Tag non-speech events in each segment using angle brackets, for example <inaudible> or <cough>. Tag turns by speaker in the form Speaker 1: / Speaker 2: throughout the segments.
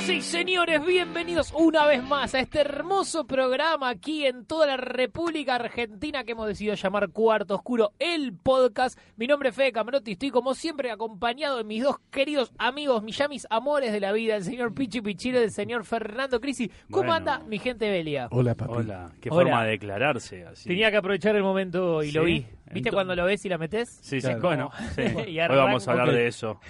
Speaker 1: Sí, señores, bienvenidos una vez más a este hermoso programa aquí en toda la República Argentina que hemos decidido llamar Cuarto Oscuro, el podcast. Mi nombre es Fede Camarotti, estoy como siempre acompañado de mis dos queridos amigos, mis yamis amores de la vida, el señor Pichi Pichiro y el señor Fernando Crisi. ¿Cómo
Speaker 2: Bueno.
Speaker 1: anda mi gente Belia?
Speaker 3: Hola, papi.
Speaker 2: Hola, qué
Speaker 1: Hola.
Speaker 2: forma de declararse así.
Speaker 1: Tenía que aprovechar el momento y lo
Speaker 2: Sí.
Speaker 1: vi. ¿Viste
Speaker 2: Ento-
Speaker 1: cuando lo ves y la metes?
Speaker 2: Sí, sí,
Speaker 3: Claro.
Speaker 1: <laughs>
Speaker 2: bueno, sí.
Speaker 1: Y
Speaker 2: hoy
Speaker 1: arranco.
Speaker 2: vamos a hablar
Speaker 3: Ok.
Speaker 2: de eso.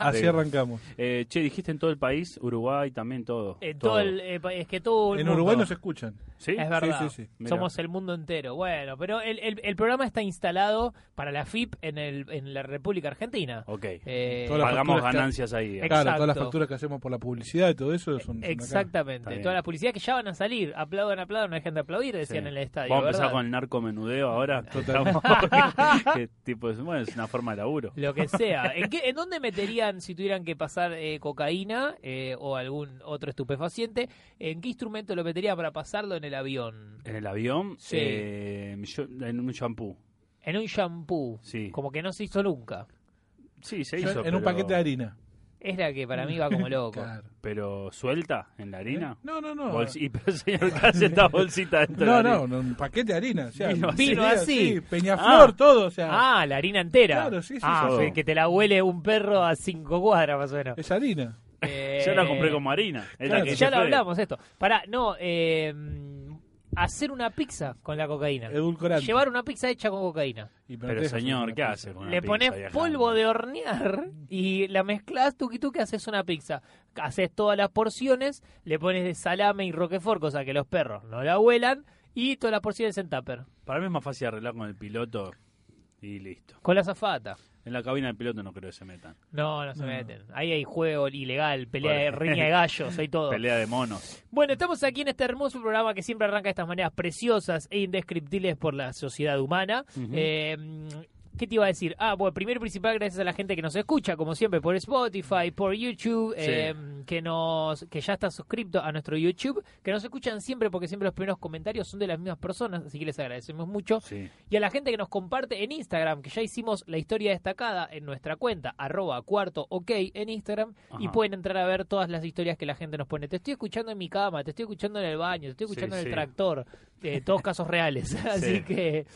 Speaker 3: Así
Speaker 2: Sí.
Speaker 3: arrancamos.
Speaker 2: Eh, che, dijiste en todo el país, Uruguay también, todo.
Speaker 1: Eh, todo el, eh, pa- es que todo el
Speaker 3: En
Speaker 1: mundo.
Speaker 3: Uruguay nos escuchan.
Speaker 2: ¿Sí?
Speaker 1: Es verdad.
Speaker 3: Sí, sí, sí.
Speaker 2: Mirá.
Speaker 1: Somos el mundo entero. Bueno, pero el, el- el programa está instalado para la FIP en, el, en la República Argentina.
Speaker 2: Ok.
Speaker 1: Eh,
Speaker 3: Todas las
Speaker 2: Pagamos
Speaker 3: facturas que-
Speaker 2: ganancias ahí. ¿eh? digamos.
Speaker 1: Ex-
Speaker 3: Claro, todas las
Speaker 1: Exacto.
Speaker 3: facturas que hacemos por la publicidad y todo eso son. son acá.
Speaker 1: exactamente.
Speaker 2: Está bien.
Speaker 1: Todas las publicidades que ya van a salir. Aplaudan, aplaudan, no dejen de aplaudir,
Speaker 2: Sí.
Speaker 1: decían en el estadio.
Speaker 2: Vamos a empezar
Speaker 1: ¿verdad?
Speaker 2: con el narcomenudeo
Speaker 1: <laughs>
Speaker 2: ahora.
Speaker 3: Totalmente.
Speaker 2: Estamos- que tipo, es, bueno, es una forma de laburo.
Speaker 1: Lo que
Speaker 2: <laughs>
Speaker 1: sea. ¿En, qué- en dónde meterían si tuvieran que pasar eh, cocaína eh, o algún otro estupefaciente? ¿En qué instrumento lo metería para pasarlo en el avión?
Speaker 2: En el avión,
Speaker 1: Sí.
Speaker 2: eh, yo- en un shampoo.
Speaker 1: En un shampoo.
Speaker 2: Sí.
Speaker 1: Como que no se hizo nunca.
Speaker 2: Sí, se
Speaker 3: Yo
Speaker 2: hizo.
Speaker 3: en
Speaker 2: pero-
Speaker 3: un paquete de harina.
Speaker 1: Es la que para mí va
Speaker 2: <laughs>
Speaker 1: como loco.
Speaker 3: Claro. ¿Eh?
Speaker 2: Pero suelta en la harina.
Speaker 3: No, no, no.
Speaker 2: Bols- <laughs> y pero señor Casi esta bolsita dentro
Speaker 3: No,
Speaker 2: de la harina.
Speaker 3: no, no, un paquete de harina. O sea,
Speaker 1: Vino así.
Speaker 3: sí,
Speaker 1: Vino así.
Speaker 3: sí, Peñaflor,
Speaker 2: Ah.
Speaker 3: todo. O sea,
Speaker 1: Ah, la harina entera.
Speaker 3: Claro, sí, sí,
Speaker 1: Ah,
Speaker 2: sí.
Speaker 1: o sea, que te la huele un perro a cinco cuadras más o menos.
Speaker 3: es harina.
Speaker 1: Eh,
Speaker 2: <laughs> Yo la compré como harina. Es la
Speaker 3: Claro,
Speaker 2: que
Speaker 1: ya
Speaker 2: dice
Speaker 1: lo
Speaker 2: Fede.
Speaker 1: hablamos esto. Pará, no, eh, hacer una pizza con la cocaína.
Speaker 3: Edulcorante.
Speaker 1: Llevar una pizza hecha con cocaína.
Speaker 3: Y no te
Speaker 2: Pero
Speaker 3: dejas
Speaker 2: señor,
Speaker 3: una
Speaker 2: ¿qué
Speaker 3: pizza.
Speaker 2: hace? con una
Speaker 1: Le
Speaker 2: pizza
Speaker 1: pones
Speaker 2: viajando?
Speaker 1: polvo de hornear y la mezclas tú que haces una pizza. Haces todas las porciones, le pones de salame y roquefort, cosa que los perros no la huelan, y todas las porciones en tupper,
Speaker 2: Para mí es más fácil arreglar con el piloto y listo.
Speaker 1: con la zafata.
Speaker 2: En la cabina del piloto no creo que se metan.
Speaker 1: No, no se meten. Ahí hay juego ilegal, pelea de
Speaker 2: Bueno.
Speaker 1: riña de gallos, hay todo.
Speaker 2: <laughs> Pelea de monos.
Speaker 1: Bueno, estamos aquí en este hermoso programa que siempre arranca de estas maneras preciosas e indescriptibles por la sociedad humana. Eh, ¿Qué te iba a decir? Ah, bueno, primero y principal, gracias a la gente que nos escucha, como siempre, por Spotify, por YouTube,
Speaker 2: Sí.
Speaker 1: eh, que nos que ya está suscrito a nuestro YouTube, que nos escuchan siempre porque siempre los primeros comentarios son de las mismas personas, así que les agradecemos mucho.
Speaker 2: Sí.
Speaker 1: Y a la gente que nos comparte en Instagram, que ya hicimos la historia destacada en nuestra cuenta, arroba cuarto ok en Instagram, y
Speaker 2: Ajá.
Speaker 1: pueden entrar a ver todas las historias que la gente nos pone. Te estoy escuchando en mi cama, te estoy escuchando en el baño, te estoy
Speaker 2: Sí,
Speaker 1: escuchando en el
Speaker 2: sí.
Speaker 1: tractor, eh,
Speaker 3: <laughs>
Speaker 1: todos casos reales. Así que,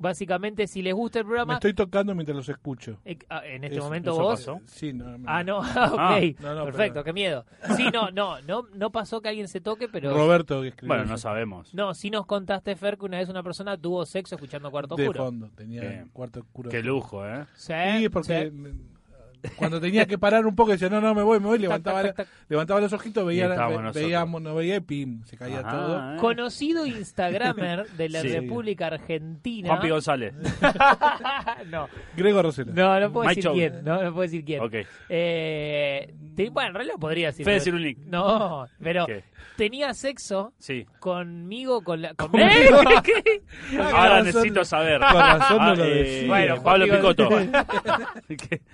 Speaker 1: básicamente, si les gusta el
Speaker 3: Me
Speaker 1: programa,
Speaker 3: estoy tocando mientras los escucho.
Speaker 1: eh, ah, en este
Speaker 3: Eso-
Speaker 1: momento
Speaker 2: eso
Speaker 1: vos...
Speaker 2: pasó. ¿No?
Speaker 3: Sí, no. no.
Speaker 1: Ah, no, <laughs> ah, ok,
Speaker 3: no, no,
Speaker 1: perfecto,
Speaker 3: pero-
Speaker 1: qué miedo. Sí, no, no, no, no pasó que alguien se toque, pero...
Speaker 3: Roberto que escribió.
Speaker 2: Bueno, no
Speaker 3: eso.
Speaker 2: sabemos.
Speaker 1: No, sí nos contaste, Fer, que una vez una persona tuvo sexo escuchando Cuarto
Speaker 3: De
Speaker 1: Oscuro.
Speaker 3: fondo, tenía
Speaker 2: Bien.
Speaker 3: cuarto oscuro.
Speaker 2: Qué lujo, ¿eh?
Speaker 1: Sí,
Speaker 3: Sí,
Speaker 1: sí.
Speaker 3: porque cuando tenía que parar un poco, decía, no, no, me voy, me voy, levantaba,
Speaker 1: tac, tac.
Speaker 3: levantaba los ojitos, veía,
Speaker 2: estábamos
Speaker 3: ve-
Speaker 2: nosotros.
Speaker 3: veíamos, no veía y pim, se caía
Speaker 2: Ajá,
Speaker 3: todo.
Speaker 2: ¿eh?
Speaker 1: Conocido Instagramer de la
Speaker 2: <laughs> Sí.
Speaker 1: República Argentina. Ah,
Speaker 2: Juanpi González.
Speaker 1: no,
Speaker 3: Grego Rosela.
Speaker 1: no, no puedo
Speaker 2: Mike
Speaker 1: decir
Speaker 2: Chow.
Speaker 1: quién. No, no puedo decir quién.
Speaker 2: ok.
Speaker 1: Eh, te- bueno, en realidad lo podría decir.
Speaker 2: Fede
Speaker 1: pero-
Speaker 2: Cirulnik.
Speaker 1: No, pero
Speaker 2: ¿Qué?
Speaker 1: tenía sexo
Speaker 2: Sí.
Speaker 1: conmigo, con la.
Speaker 2: <laughs>
Speaker 1: con-
Speaker 2: ¿Conmigo?
Speaker 1: ¿Eh? ¿Qué?
Speaker 3: Ah,
Speaker 2: Ahora
Speaker 3: con
Speaker 2: necesito
Speaker 3: razón-
Speaker 2: saber.
Speaker 3: con razón no lo decía.
Speaker 2: Bueno, Pablo
Speaker 1: Juanpi
Speaker 2: Picoto.
Speaker 1: <laughs>
Speaker 2: ¿Qué?
Speaker 1: <laughs>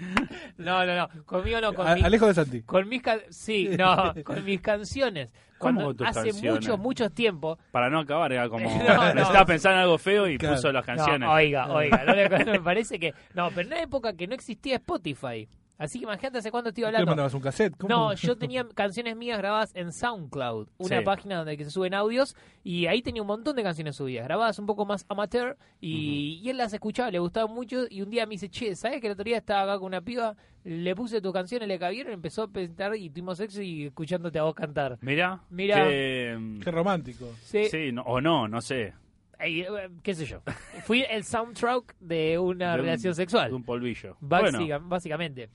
Speaker 1: No, no, no. Conmigo no, con
Speaker 3: A-
Speaker 1: mi-
Speaker 3: Alejo de Santi.
Speaker 1: Con mis can- sí, no,
Speaker 2: <laughs>
Speaker 1: con mis canciones. Cuando
Speaker 2: con tus
Speaker 1: hace
Speaker 2: canciones?
Speaker 1: muchos, muchos tiempos
Speaker 2: Para no acabar, era como.
Speaker 1: <laughs> No, no.
Speaker 2: Necesitaba pensar en algo feo y
Speaker 3: Claro.
Speaker 2: puso las canciones.
Speaker 1: No,
Speaker 2: <laughs>
Speaker 1: oiga, oiga, no le- no me parece que. No, pero en una época que no existía Spotify. Así que imagínate hace cuánto estoy
Speaker 3: ¿Qué
Speaker 1: hablando.
Speaker 3: mandabas un cassette? ¿Cómo?
Speaker 1: No, yo tenía canciones mías grabadas en SoundCloud, una
Speaker 2: Sí.
Speaker 1: página donde que se suben audios, y ahí tenía un montón de canciones subidas, grabadas un poco más amateur, y, y él las escuchaba, le gustaba mucho, y un día me dice, che, ¿sabes que el otro día estaba acá con una piba? Le puse tus canciones, le cabieron, empezó a pensar y tuvimos sexo y escuchándote a vos cantar.
Speaker 2: Mirá.
Speaker 1: Mirá.
Speaker 2: qué, mm,
Speaker 3: Qué romántico.
Speaker 1: Sí,
Speaker 2: sí, no- o no, no sé.
Speaker 1: ahí, eh, qué sé yo. Fui el soundtrack de una
Speaker 2: De un-
Speaker 1: relación sexual.
Speaker 2: De un polvillo.
Speaker 1: Básica- Básicamente.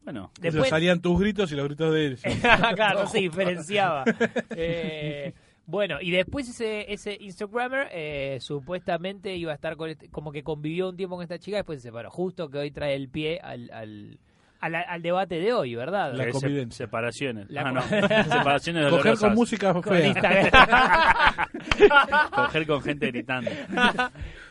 Speaker 2: Bueno, bueno.
Speaker 3: Después...
Speaker 1: Después,
Speaker 3: salían tus gritos y los gritos de él.
Speaker 1: <laughs> claro,
Speaker 2: <laughs>
Speaker 1: se diferenciaba. Eh, bueno, y después ese, ese Instagrammer eh, supuestamente iba a estar con este- como que convivió un tiempo con esta chica, después se separó. Justo que hoy trae el pie al, al, al, al debate de hoy, ¿verdad?
Speaker 3: La
Speaker 2: Que se-
Speaker 3: convivencia.
Speaker 2: Eh, separaciones.
Speaker 1: La <laughs>
Speaker 2: ah,
Speaker 1: co-
Speaker 2: no. separaciones
Speaker 3: Coger
Speaker 2: dolorosas.
Speaker 3: con música
Speaker 1: Con
Speaker 3: fea.
Speaker 1: Instagram.
Speaker 2: Coger con gente
Speaker 1: <laughs>
Speaker 2: gritando.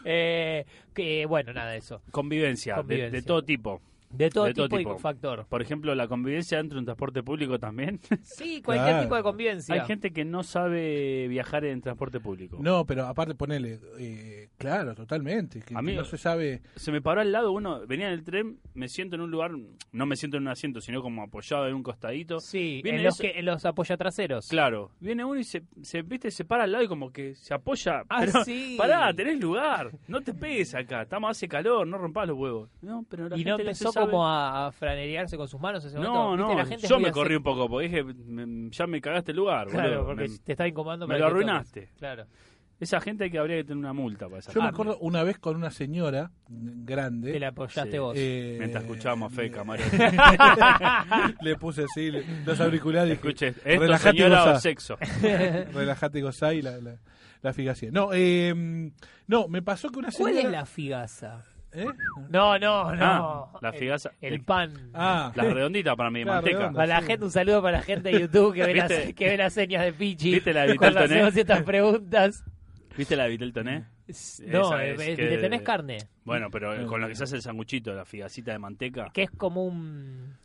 Speaker 1: Eh, que, bueno, nada de eso.
Speaker 2: Convivencia, de- De,
Speaker 1: Convivencia.
Speaker 2: todo tipo.
Speaker 1: De todo,
Speaker 2: De todo
Speaker 1: tipo, y
Speaker 2: tipo.
Speaker 1: factor.
Speaker 2: Por ejemplo, la convivencia dentro de un transporte público también. <laughs>
Speaker 1: Sí, cualquier
Speaker 3: Claro.
Speaker 1: tipo de convivencia.
Speaker 2: Hay gente que no sabe viajar en transporte público.
Speaker 3: No, pero aparte ponele, eh, claro, totalmente, que,
Speaker 2: A
Speaker 3: que
Speaker 2: mí-
Speaker 3: no se sabe,
Speaker 2: Se me paró al lado uno, venía en el tren, me siento en un lugar, no me siento en un asiento, sino como apoyado en un costadito.
Speaker 1: Sí,
Speaker 2: Viene
Speaker 1: en los,
Speaker 2: eso-
Speaker 1: que, en los apoyatraseros.
Speaker 2: Claro, viene uno y se, se, viste, se para al lado y como que se apoya.
Speaker 1: Ah,
Speaker 2: pero,
Speaker 1: sí.
Speaker 2: <laughs> Pará, tenés lugar, no te pegues acá, estamos hace calor, no rompas los huevos. No, pero la
Speaker 1: Y
Speaker 2: gente
Speaker 1: no
Speaker 2: se
Speaker 1: empezó
Speaker 2: sabe-
Speaker 1: como a, a franerearse con sus manos en ese
Speaker 2: No,
Speaker 1: momento. ¿Viste?
Speaker 2: no,
Speaker 1: La gente es
Speaker 2: yo
Speaker 1: muy
Speaker 2: me
Speaker 1: así.
Speaker 2: corrí un poco porque dije, "Me- ya me cagaste el lugar,
Speaker 1: Claro,
Speaker 2: boludo".
Speaker 1: porque
Speaker 2: Me-
Speaker 1: te está incomodando.
Speaker 2: me
Speaker 1: para
Speaker 2: lo
Speaker 1: que toques.
Speaker 2: arruinaste.
Speaker 1: Claro.
Speaker 2: Esa gente que habría que tener una multa para esa
Speaker 3: yo me
Speaker 2: gente.
Speaker 3: acuerdo una vez con una señora mm, grande,
Speaker 1: Te la apoyaste
Speaker 2: Sí.
Speaker 1: vos.
Speaker 3: eh,
Speaker 2: Mientras escuchábamos a Feca,
Speaker 3: <laughs>
Speaker 2: Mario.
Speaker 3: le puse así le- los auriculares,
Speaker 2: Escuche,
Speaker 3: dije,
Speaker 2: esto
Speaker 3: "Relajate y
Speaker 2: señora o
Speaker 3: gozá".
Speaker 2: sexo.
Speaker 3: <laughs> Relajate y gozá y la, la, la fijación. No, eh, no, me pasó que una
Speaker 1: ¿Cuál
Speaker 3: señora...
Speaker 1: es la figaza?
Speaker 3: ¿eh?
Speaker 1: No, no, no.
Speaker 2: Ah, la
Speaker 1: El-
Speaker 2: figaza.
Speaker 1: El, pan.
Speaker 3: Ah,
Speaker 2: Las redonditas para mí,
Speaker 3: Claro,
Speaker 2: manteca.
Speaker 3: redonda.
Speaker 1: Para la gente, un saludo para la gente de YouTube que ve, las,
Speaker 2: <laughs> ¿Viste?
Speaker 1: que ve las señas de Pichi.
Speaker 2: ¿Viste la de
Speaker 1: cuando
Speaker 2: Vitel Toné?
Speaker 1: hacemos estas preguntas.
Speaker 2: ¿Viste la de Vitel Toné?
Speaker 3: Mm.
Speaker 1: No,
Speaker 2: Esa es
Speaker 1: eh,
Speaker 2: que-
Speaker 1: le tenés carne.
Speaker 2: Bueno, pero eh, con lo que se hace el sanguchito, la figacita de manteca.
Speaker 1: Que es como un.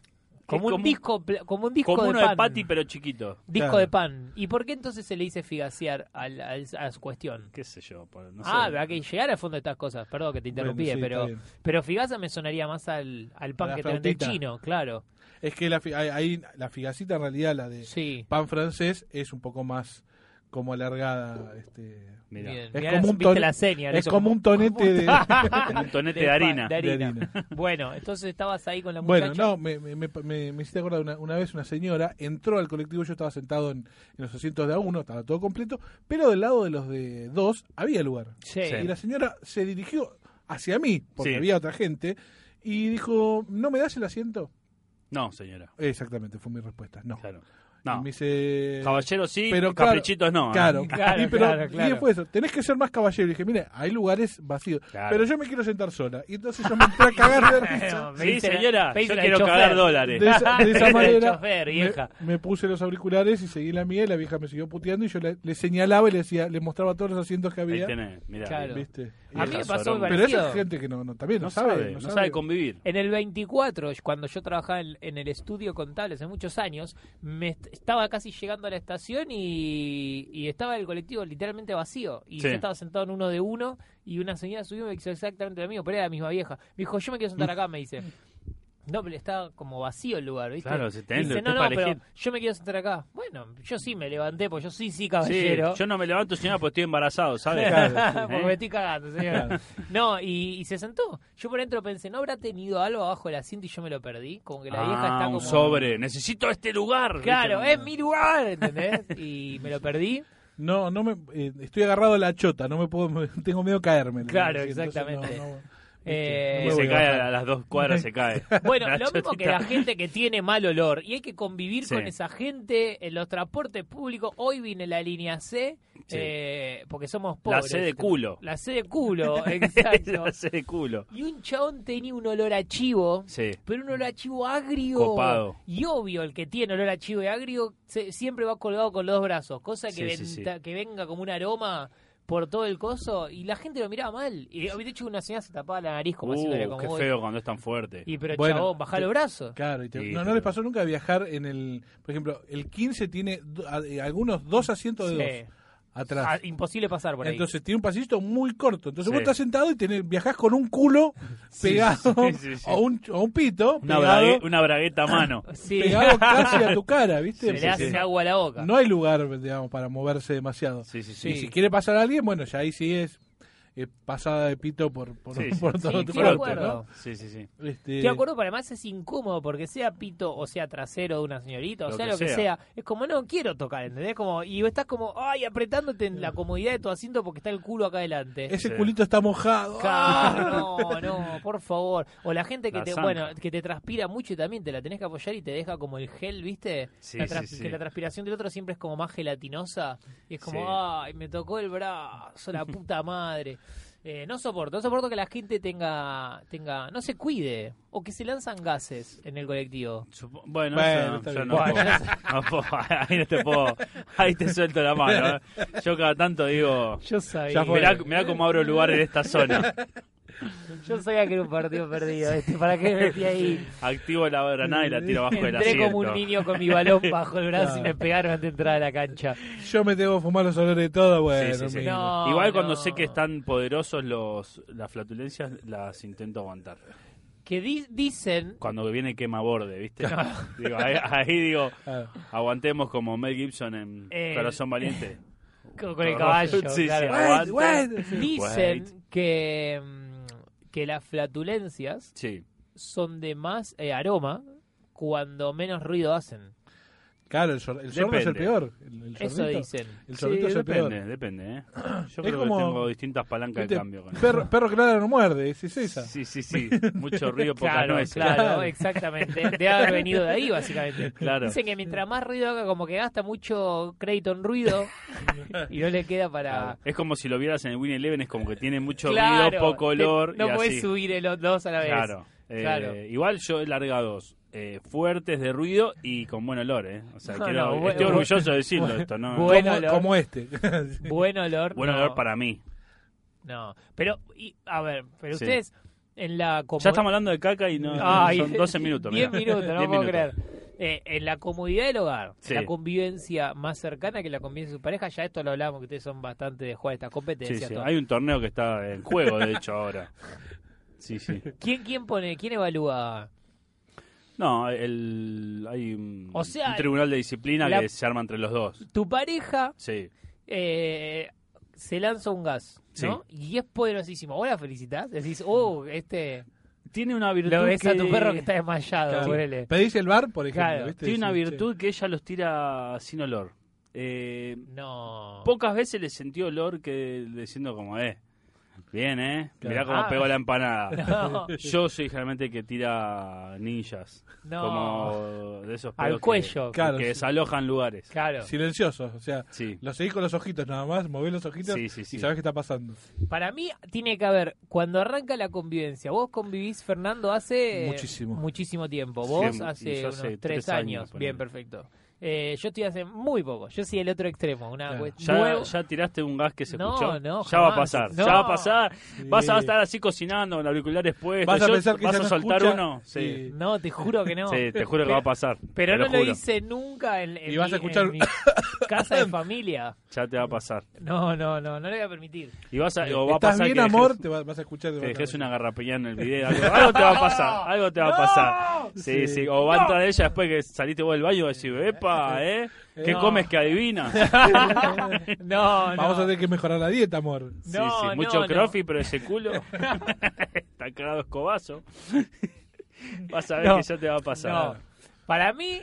Speaker 2: como
Speaker 1: Como un
Speaker 2: un-
Speaker 1: disco, pl- como un disco
Speaker 2: Como
Speaker 1: de
Speaker 2: uno
Speaker 1: pan.
Speaker 2: de patty, pero chiquito.
Speaker 1: Disco
Speaker 3: Claro.
Speaker 1: de pan. ¿Y por qué entonces se le dice figasear al- al- a su cuestión?
Speaker 2: Qué sé yo, por- no
Speaker 1: ah,
Speaker 2: sé.
Speaker 1: hay que llegar al fondo de estas cosas. Perdón que te
Speaker 3: Bueno,
Speaker 1: interrumpí, eh,
Speaker 3: sí, está
Speaker 1: pero
Speaker 3: bien.
Speaker 1: pero figaza me sonaría más al, al
Speaker 3: A
Speaker 1: pan
Speaker 3: la
Speaker 1: que te vende el
Speaker 3: flautita.
Speaker 1: chino, claro.
Speaker 3: Es que la, fi- ahí- ahí la figacita en realidad, la de
Speaker 1: Sí.
Speaker 3: pan francés, es un poco más como alargada. Este,
Speaker 2: Mirá,
Speaker 1: Bien.
Speaker 3: es
Speaker 1: Mirá,
Speaker 3: como un
Speaker 1: viste
Speaker 3: ton-
Speaker 1: la seña,
Speaker 3: es
Speaker 1: eso,
Speaker 3: como un tonete de...
Speaker 2: como un tonete
Speaker 1: de
Speaker 2: de
Speaker 1: pan,
Speaker 2: harina.
Speaker 1: de harina.
Speaker 3: de harina.
Speaker 1: <laughs> Bueno, entonces estabas ahí con la muchacha.
Speaker 3: Bueno, no, me, me, me, me- me hiciste acordar una, una vez una señora entró al colectivo, yo estaba sentado en, en los asientos de a uno, estaba todo completo, pero del lado de los de dos había lugar.
Speaker 1: Sí.
Speaker 3: Y
Speaker 2: <laughs>
Speaker 3: la señora se dirigió hacia mí, porque
Speaker 2: Sí.
Speaker 3: había otra gente, y dijo, ¿no me das el asiento?
Speaker 2: No, señora.
Speaker 3: Exactamente, fue mi respuesta, no.
Speaker 2: Claro.
Speaker 3: Y
Speaker 2: No.
Speaker 3: me dice...
Speaker 2: Caballeros sí,
Speaker 3: eh, Pero claro,
Speaker 2: caprichitos no. ¿eh?
Speaker 3: Claro,
Speaker 1: <laughs> Claro,
Speaker 3: <laughs> Y pero,
Speaker 1: claro,
Speaker 3: y
Speaker 1: claro.
Speaker 3: fue eso, tenés que ser más caballero. Y dije, mire, hay lugares vacíos,
Speaker 2: Claro.
Speaker 3: pero yo me quiero sentar sola. Y entonces yo me entré a cagar
Speaker 1: <laughs>
Speaker 3: de risa.
Speaker 1: Bueno, me
Speaker 2: Sí,
Speaker 1: hice la-
Speaker 2: señora,
Speaker 1: me hice
Speaker 2: yo
Speaker 1: la
Speaker 2: quiero
Speaker 1: chofer.
Speaker 2: cagar dólares.
Speaker 1: <laughs>
Speaker 3: De esa, de esa
Speaker 1: El
Speaker 3: manera
Speaker 1: chofer,
Speaker 3: me-
Speaker 1: vieja.
Speaker 3: Me, puse los auriculares y seguí la mía y la vieja me siguió puteando y yo le, le señalaba y le decía, le mostraba todos los asientos que
Speaker 2: Ahí
Speaker 3: había.
Speaker 2: tenés, mirá.
Speaker 1: Claro.
Speaker 3: ¿Viste?
Speaker 1: A mí me pasó
Speaker 2: Vieja
Speaker 1: muy
Speaker 2: soroma.
Speaker 3: Pero
Speaker 1: parecido.
Speaker 3: esa es gente que no, no también no,
Speaker 2: No
Speaker 3: sabe,
Speaker 2: sabe, no sabe convivir.
Speaker 1: En el 24, cuando yo trabajaba en, en el estudio contable hace muchos años, me est- estaba casi llegando a la estación y, y estaba el colectivo literalmente vacío. Y
Speaker 2: Sí.
Speaker 1: yo estaba sentado en uno de uno y una señora subió y me hizo exactamente lo mismo, pero era la misma vieja. Me dijo, yo me quiero sentar acá, me dice. No, pero estaba como vacío el lugar, ¿viste?
Speaker 2: Claro, se te-
Speaker 1: Me dice,
Speaker 2: te
Speaker 1: no, no,
Speaker 2: para
Speaker 1: pero
Speaker 2: elegir".
Speaker 1: yo me quiero sentar acá. Bueno, yo sí me levanté, porque yo sí, sí,
Speaker 2: Sí,
Speaker 1: caballero.
Speaker 2: yo no me levanto, señora, porque estoy embarazado, ¿sabes?
Speaker 1: Porque <laughs>
Speaker 2: <laughs> ¿Eh?
Speaker 1: me estoy cagando, señora. No, y, y se sentó. Yo por dentro pensé, ¿no habrá tenido algo abajo del asiento y yo me lo perdí? Como que la vieja
Speaker 2: Ah,
Speaker 1: está
Speaker 2: un
Speaker 1: como...
Speaker 2: sobre. Necesito este lugar.
Speaker 1: Claro, eh.
Speaker 2: ¿viste?
Speaker 1: es mi lugar, ¿entendés? Y me lo perdí.
Speaker 3: No, no me, eh, estoy agarrado a la chota, no me <laughs> puedo, tengo miedo de caerme.
Speaker 1: Claro,
Speaker 3: Entonces,
Speaker 1: exactamente.
Speaker 3: no, no,
Speaker 1: Eh,
Speaker 2: Y
Speaker 3: me
Speaker 2: se
Speaker 3: voy a
Speaker 2: cae
Speaker 3: bajar.
Speaker 2: a las dos cuadras, se cae.
Speaker 1: <laughs> Bueno,
Speaker 2: La
Speaker 1: lo mismo que
Speaker 2: chotita.
Speaker 1: la gente que tiene mal olor. Y hay que convivir
Speaker 2: Sí.
Speaker 1: con esa gente en los transportes públicos. Hoy vine la línea C,
Speaker 2: Sí.
Speaker 1: eh, porque somos
Speaker 2: La
Speaker 1: pobres.
Speaker 2: C de culo.
Speaker 1: La C de
Speaker 2: <laughs>
Speaker 1: culo, <laughs> exacto.
Speaker 2: La C de culo.
Speaker 1: Y un chabón tenía un olor a chivo.
Speaker 2: Sí.
Speaker 1: Pero un olor a chivo agrio.
Speaker 2: Copado.
Speaker 1: Y obvio, el que tiene olor a chivo y agrio se- siempre va colgado con los dos brazos. Cosa que,
Speaker 2: Sí, sí, sí.
Speaker 1: venta- que venga como un aroma por todo el coso. Y la gente lo miraba mal. Y de hecho, una señora se tapaba la nariz como haciéndole
Speaker 2: Uh,
Speaker 1: como
Speaker 2: qué
Speaker 1: "Uy".
Speaker 2: feo cuando es tan fuerte.
Speaker 1: Y pero
Speaker 3: Bueno,
Speaker 1: chabón, bajá
Speaker 3: te-
Speaker 1: los brazos.
Speaker 3: Claro, y te-
Speaker 2: Sí,
Speaker 3: no, no
Speaker 2: pero-
Speaker 3: les pasó nunca viajar en el, por ejemplo, el 15 tiene do- a- eh, algunos dos asientos de
Speaker 1: Sí.
Speaker 3: dos atrás.
Speaker 1: Ah, imposible pasar por ahí.
Speaker 3: Entonces tiene un pasillito muy corto. Entonces
Speaker 2: Sí.
Speaker 3: vos estás sentado y tenés, viajás con
Speaker 2: <laughs>
Speaker 3: un culo pegado
Speaker 2: sí, sí, sí.
Speaker 3: A, un, a un pito,
Speaker 2: Una, eh,
Speaker 3: pegado,
Speaker 2: brague- una bragueta a
Speaker 1: <laughs>
Speaker 2: mano.
Speaker 1: Sí.
Speaker 3: pegado casi a tu cara, ¿viste?
Speaker 1: se le hace
Speaker 3: Porque
Speaker 1: agua a la boca.
Speaker 3: No hay lugar, digamos, para moverse demasiado.
Speaker 2: Sí, sí, sí.
Speaker 3: Y si quiere pasar a alguien, bueno, ya ahí sí es eh, pasada de pito por, por, <laughs>
Speaker 2: Sí, sí.
Speaker 3: por todo
Speaker 1: Sí,
Speaker 3: tu
Speaker 1: sí, de
Speaker 3: cuerpo,
Speaker 1: acuerdo.
Speaker 3: ¿no?
Speaker 2: Sí, sí, sí.
Speaker 3: Este,
Speaker 1: Estoy de acuerdo, pero además es incómodo porque sea pito o sea trasero de una señorita, o
Speaker 2: Lo
Speaker 1: sea
Speaker 2: que
Speaker 1: lo que sea.
Speaker 2: sea.
Speaker 1: es como no quiero tocar, ¿entendés? Como, y vos estás como, ay, apretándote en la comodidad de tu asiento porque está el culo acá
Speaker 2: <laughs>
Speaker 1: adelante.
Speaker 3: Ese
Speaker 2: Sí.
Speaker 3: culito está mojado.
Speaker 1: Claro, Ah, No, no, por favor. O la gente que
Speaker 2: La
Speaker 1: te,
Speaker 2: zanja.
Speaker 1: bueno, que te transpira mucho y también te la tenés que apoyar y te deja como el gel, ¿viste?
Speaker 2: Sí,
Speaker 1: la trans-
Speaker 2: sí, sí.
Speaker 1: Que la transpiración del otro siempre es como más gelatinosa. Y es como,
Speaker 2: Sí. <laughs>
Speaker 1: ay, me tocó el brazo, la puta madre. Eh, no soporto, no soporto que la gente tenga, tenga, no se cuide o que se lanzan gases en el colectivo.
Speaker 2: Supo- Bueno,
Speaker 3: Bueno,
Speaker 2: eso,
Speaker 3: está
Speaker 2: yo
Speaker 3: bien.
Speaker 2: no, puedo, <laughs> no puedo, ahí no te puedo, ahí te suelto la mano. ¿eh? Yo cada tanto digo,
Speaker 1: Yo sabía,
Speaker 3: Ya fue.
Speaker 2: mirá, mirá cómo abro lugar en esta zona.
Speaker 1: yo sabía que era un partido perdido. Este, ¿Para qué me metí ahí?
Speaker 2: Activo la granada y la tiro abajo del
Speaker 1: Entré
Speaker 2: asiento.
Speaker 1: como un niño con mi balón bajo el brazo y
Speaker 3: Claro.
Speaker 1: me pegaron antes de entrar a la cancha.
Speaker 3: Yo me debo fumar los olores de todo, bueno.
Speaker 2: Sí, sí, sí.
Speaker 3: amigo.
Speaker 1: No.
Speaker 2: Igual cuando
Speaker 1: no.
Speaker 2: sé que están poderosos los las flatulencias, las intento aguantar.
Speaker 1: Que di- dicen,
Speaker 2: Cuando viene quema borde, ¿viste? <laughs> Digo, ahí, ahí digo,
Speaker 3: Claro.
Speaker 2: aguantemos como Mel Gibson en
Speaker 1: Eh,
Speaker 2: Corazón Valiente.
Speaker 1: con, con el caballo,
Speaker 2: Sí, sí,
Speaker 1: claro.
Speaker 2: aguanta.
Speaker 3: Wait, wait.
Speaker 1: dicen
Speaker 2: Wait.
Speaker 1: que, mm, que las flatulencias
Speaker 2: Sí.
Speaker 1: son de más eh, aroma cuando menos ruido hacen.
Speaker 3: Claro, el, sor- el sordo es el
Speaker 2: Depende.
Speaker 3: peor. El, el
Speaker 1: Eso
Speaker 3: sordito.
Speaker 1: dicen.
Speaker 3: El
Speaker 2: Sí,
Speaker 3: sordito es el peor.
Speaker 2: depende, depende, ¿eh? Yo creo
Speaker 3: como-
Speaker 2: que tengo distintas palancas
Speaker 3: Viste,
Speaker 2: de cambio con eso.
Speaker 3: perro, perro claro no muerde, es, es esa.
Speaker 2: Sí, sí,
Speaker 1: <laughs>
Speaker 2: sí. Mucho ruido, poca
Speaker 1: Claro,
Speaker 2: nuez.
Speaker 1: claro, exactamente. De haber venido de ahí, básicamente.
Speaker 2: <laughs> Claro.
Speaker 1: Dicen que mientras más ruido haga, como que gasta mucho crédito en
Speaker 2: <laughs>
Speaker 1: ruido y no le queda para...
Speaker 2: Es como si lo vieras en el Win Eleven, es como que tiene mucho
Speaker 1: Claro,
Speaker 2: ruido, poco
Speaker 1: te-
Speaker 2: olor.
Speaker 1: No
Speaker 2: y
Speaker 1: puedes
Speaker 2: así.
Speaker 1: subir el- los dos a la vez.
Speaker 2: Claro. Eh,
Speaker 1: Claro.
Speaker 2: Igual yo he largado dos. eh, fuertes de ruido y con buen olor, ¿eh? O sea,
Speaker 1: No,
Speaker 2: quiero-
Speaker 1: no, bu-
Speaker 2: estoy
Speaker 1: bu-
Speaker 2: orgulloso de decirlo esto, ¿no?
Speaker 1: Buen
Speaker 3: como,
Speaker 1: olor.
Speaker 2: <laughs>
Speaker 3: como este.
Speaker 1: Buen olor.
Speaker 2: Buen
Speaker 1: no,
Speaker 2: olor para mí.
Speaker 1: No, pero, y- a ver, pero
Speaker 2: Sí.
Speaker 1: ustedes en la comodidad...
Speaker 2: Ya estamos hablando de caca y no,
Speaker 1: Ay,
Speaker 2: son 12 minutos.
Speaker 1: 10
Speaker 2: mirá.
Speaker 1: minutos, no
Speaker 2: 10
Speaker 1: puedo
Speaker 2: minutos.
Speaker 1: creer. Eh, en la comodidad del hogar,
Speaker 2: Sí.
Speaker 1: la convivencia más cercana que la convivencia de su pareja, ya esto lo hablamos, que ustedes son bastante de jugar estas
Speaker 2: Sí,
Speaker 1: competencias.
Speaker 2: sí.
Speaker 1: todo.
Speaker 2: Hay un torneo que está en juego, de hecho, ahora.
Speaker 1: <laughs>
Speaker 2: Sí, sí.
Speaker 1: ¿Quién, ¿Quién pone, quién evalúa?
Speaker 2: No, el, hay un,
Speaker 1: O sea,
Speaker 2: un tribunal de disciplina
Speaker 1: la-
Speaker 2: que se arma entre los dos.
Speaker 1: Tu pareja
Speaker 2: Sí.
Speaker 1: eh, se lanza un gas, ¿no? Y es poderosísimo. Vos la felicitas, decís, oh, este...
Speaker 2: Tiene una virtud.
Speaker 1: Lo ves a tu perro que está desmayado,
Speaker 3: Claro.
Speaker 1: ponele.
Speaker 3: Pedís el bar, por ejemplo.
Speaker 1: Claro,
Speaker 3: ¿viste?
Speaker 2: Tiene una
Speaker 3: Decís,
Speaker 2: virtud que ella los tira sin olor. Eh,
Speaker 1: No.
Speaker 2: pocas veces le sentí olor que diciendo como, eh, bien, eh, mirá cómo
Speaker 1: Ah.
Speaker 2: pegó la
Speaker 1: <laughs>
Speaker 2: empanada.
Speaker 1: No.
Speaker 2: Yo soy generalmente el que tira ninjas.
Speaker 1: <laughs> No.
Speaker 2: <laughs> Como de esos
Speaker 1: Al
Speaker 2: pedos que-
Speaker 1: cuello.
Speaker 2: Que,
Speaker 3: Claro, sí.
Speaker 2: desalojan lugares.
Speaker 1: Claro.
Speaker 3: che, Silenciosos, o sea,
Speaker 2: Sí.
Speaker 3: lo seguís con los ojitos nada más, movés los ojitos
Speaker 2: Sí, sí, sí.
Speaker 3: y sabés qué está pasando.
Speaker 1: Para mí tiene que haber, cuando arranca la convivencia, vos convivís, Fernando, hace
Speaker 3: Muchísimo.
Speaker 1: muchísimo tiempo. Vos
Speaker 2: Sí,
Speaker 1: hace
Speaker 2: yo
Speaker 1: unos
Speaker 2: hace
Speaker 1: tres,
Speaker 2: tres
Speaker 1: años.
Speaker 2: años,
Speaker 1: Bien,
Speaker 2: ponele.
Speaker 1: perfecto. Eh, yo estoy hace muy poco. Yo soy el otro extremo. Una
Speaker 3: Claro.
Speaker 1: cuest-
Speaker 2: Ya,
Speaker 1: nuevo-
Speaker 2: ya tiraste un gas que se
Speaker 1: No,
Speaker 2: escuchó.
Speaker 1: no,
Speaker 2: ya va a
Speaker 1: jamás.
Speaker 2: pasar,
Speaker 1: No.
Speaker 2: ya va a pasar. Vas a
Speaker 3: Sí.
Speaker 2: estar así cocinando con auriculares puestos.
Speaker 3: Vas a
Speaker 2: Yo-
Speaker 3: pensar que
Speaker 2: vas
Speaker 3: ella
Speaker 2: a
Speaker 3: no
Speaker 2: soltar
Speaker 3: escucha.
Speaker 2: uno. Sí.
Speaker 3: Sí.
Speaker 1: No, te juro que no.
Speaker 2: Sí, te juro que va a pasar.
Speaker 1: <laughs> Pero
Speaker 2: te
Speaker 1: no lo
Speaker 2: juro.
Speaker 1: hice nunca en, en
Speaker 3: Y vas
Speaker 1: mi-
Speaker 3: a escuchar-
Speaker 1: en mi casa de familia.
Speaker 2: Ya te va a pasar.
Speaker 1: No, no, no, no le voy a permitir.
Speaker 2: Y vas a, o va a
Speaker 3: Eh, ¿Estás
Speaker 2: pasar
Speaker 3: bien,
Speaker 2: que dejes-
Speaker 3: amor? Te va- vas a escuchar.
Speaker 2: Que dejes
Speaker 3: una
Speaker 2: una garrapiñada en el
Speaker 1: <laughs>
Speaker 2: video. Algo, algo te va a pasar. Algo te va a pasar. Sí,
Speaker 3: Sí.
Speaker 2: sí. O va a entrar ella después que saliste vos del baño y vas a decir,
Speaker 1: <laughs>
Speaker 2: epa, ¿eh? ¿Qué
Speaker 1: No.
Speaker 2: comes
Speaker 1: <laughs>
Speaker 2: que adivina?
Speaker 1: No, no.
Speaker 3: Vamos a tener que mejorar la dieta, amor.
Speaker 2: sí,
Speaker 1: No,
Speaker 2: sí.
Speaker 1: no,
Speaker 2: Mucho
Speaker 1: no.
Speaker 2: crofi, pero ese
Speaker 1: <laughs>
Speaker 2: culo. <laughs> Está cagado escobazo. Vas a ver
Speaker 1: No.
Speaker 2: que ya te va a pasar.
Speaker 1: No. Para mí,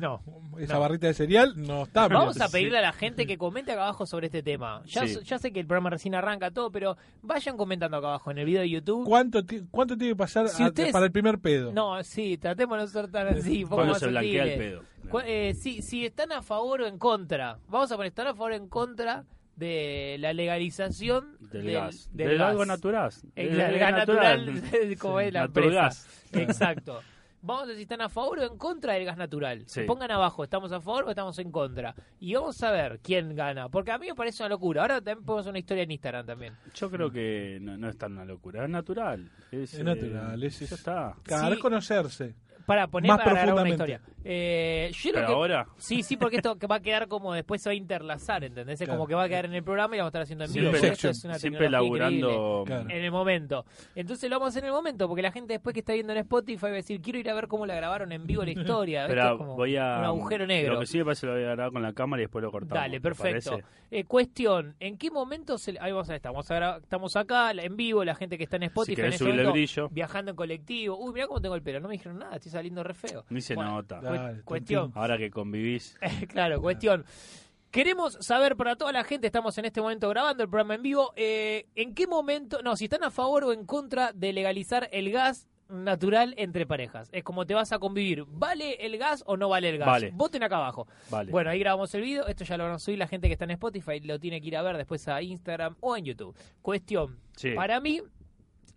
Speaker 1: no.
Speaker 3: Esa barrita de cereal no está bien.
Speaker 1: <laughs> Vamos a pedirle a la gente que comente acá abajo sobre este tema. Ya,
Speaker 2: Sí.
Speaker 1: ya sé que el programa recién arranca todo, pero vayan comentando acá abajo en el video de YouTube.
Speaker 3: ¿Cuánto, ti- cuánto tiene que pasar
Speaker 1: Si
Speaker 3: a-
Speaker 1: ustedes-
Speaker 3: para el primer pedo?
Speaker 1: No, sí, tratemos de no ser tan así. un poco
Speaker 2: Cuando
Speaker 1: más
Speaker 2: se blanquea el
Speaker 1: sutiles.
Speaker 2: pedo.
Speaker 1: Cu- eh, sí, si están a favor o en contra, vamos a poner, ¿están a favor o en contra de la legalización
Speaker 2: Del, gas.
Speaker 1: del
Speaker 2: Del
Speaker 1: gas?
Speaker 2: algo natural.
Speaker 1: El,
Speaker 2: Del
Speaker 1: gas natural, <laughs> como
Speaker 2: Sí,
Speaker 1: es la
Speaker 2: natural
Speaker 1: empresa.
Speaker 2: gas. <laughs>
Speaker 1: Exacto. Vamos a ver si están a favor o en contra del gas natural.
Speaker 2: Sí.
Speaker 1: Pongan abajo, ¿estamos a favor o estamos en contra? Y vamos a ver quién gana. Porque a mí me parece una locura. Ahora también podemos hacer una historia en Instagram también.
Speaker 2: Yo creo que no, no es tan una locura, es natural. Es, eh,
Speaker 3: Es natural, es-
Speaker 2: ya está.
Speaker 3: Cada
Speaker 1: Sí.
Speaker 3: vez conocerse.
Speaker 1: Para poner
Speaker 3: Más
Speaker 1: para grabar una
Speaker 3: profundamente.
Speaker 1: historia. Eh, yo
Speaker 2: Pero
Speaker 1: lo que-
Speaker 2: ahora,
Speaker 1: Sí, sí, porque esto que va a quedar como después se va a interlazar, ¿entendés? Es
Speaker 3: Claro.
Speaker 1: Como que va a quedar en el programa y vamos a estar haciendo en vivo.
Speaker 2: siempre,
Speaker 1: porque esto es una
Speaker 2: siempre
Speaker 1: tecnología increíble.
Speaker 2: laburando.
Speaker 3: Claro.
Speaker 1: En el momento. Entonces lo vamos a hacer en el momento, porque la gente después que está viendo en Spotify va a decir, quiero ir a ver cómo la grabaron en
Speaker 2: <laughs>
Speaker 1: vivo la historia. ¿viste?
Speaker 2: Espera,
Speaker 1: Es como
Speaker 2: voy a.
Speaker 1: Un agujero
Speaker 2: Lo
Speaker 1: negro.
Speaker 2: que sí me parece lo voy a grabar con la cámara y después lo cortamos.
Speaker 1: Dale,
Speaker 2: ¿te
Speaker 1: perfecto.
Speaker 2: parece?
Speaker 1: Eh, cuestión, ¿en qué momento se... le- Ahí vamos a estamos, a gra- estamos acá, la- en vivo, la gente que está en Spotify, en
Speaker 2: querés
Speaker 1: ese
Speaker 2: subirle
Speaker 1: momento,
Speaker 2: brillo.
Speaker 1: viajando en colectivo. Uy, mirá cómo tengo el pelo, no me dijeron nada, estoy saliendo re feo.
Speaker 2: Ni se
Speaker 1: Bueno,
Speaker 2: nota.
Speaker 1: cu-
Speaker 3: Dale,
Speaker 1: Ah, cuestión,
Speaker 2: Ahora
Speaker 1: <laughs>
Speaker 2: que convivís.
Speaker 1: claro, cuestión. Queremos saber para toda la gente, estamos en este momento grabando el programa en vivo, eh, en qué momento, no, si están a favor o en contra de legalizar el gas natural entre parejas. Es como te vas a convivir. ¿Vale el gas o no vale el gas?
Speaker 2: Vale.
Speaker 1: Voten acá abajo.
Speaker 2: Vale.
Speaker 1: Bueno, ahí grabamos el video. Esto ya lo van a subir la gente que está en Spotify. Lo tiene que ir a ver después a Instagram o en YouTube. Cuestión.
Speaker 2: Sí.
Speaker 1: Para mí,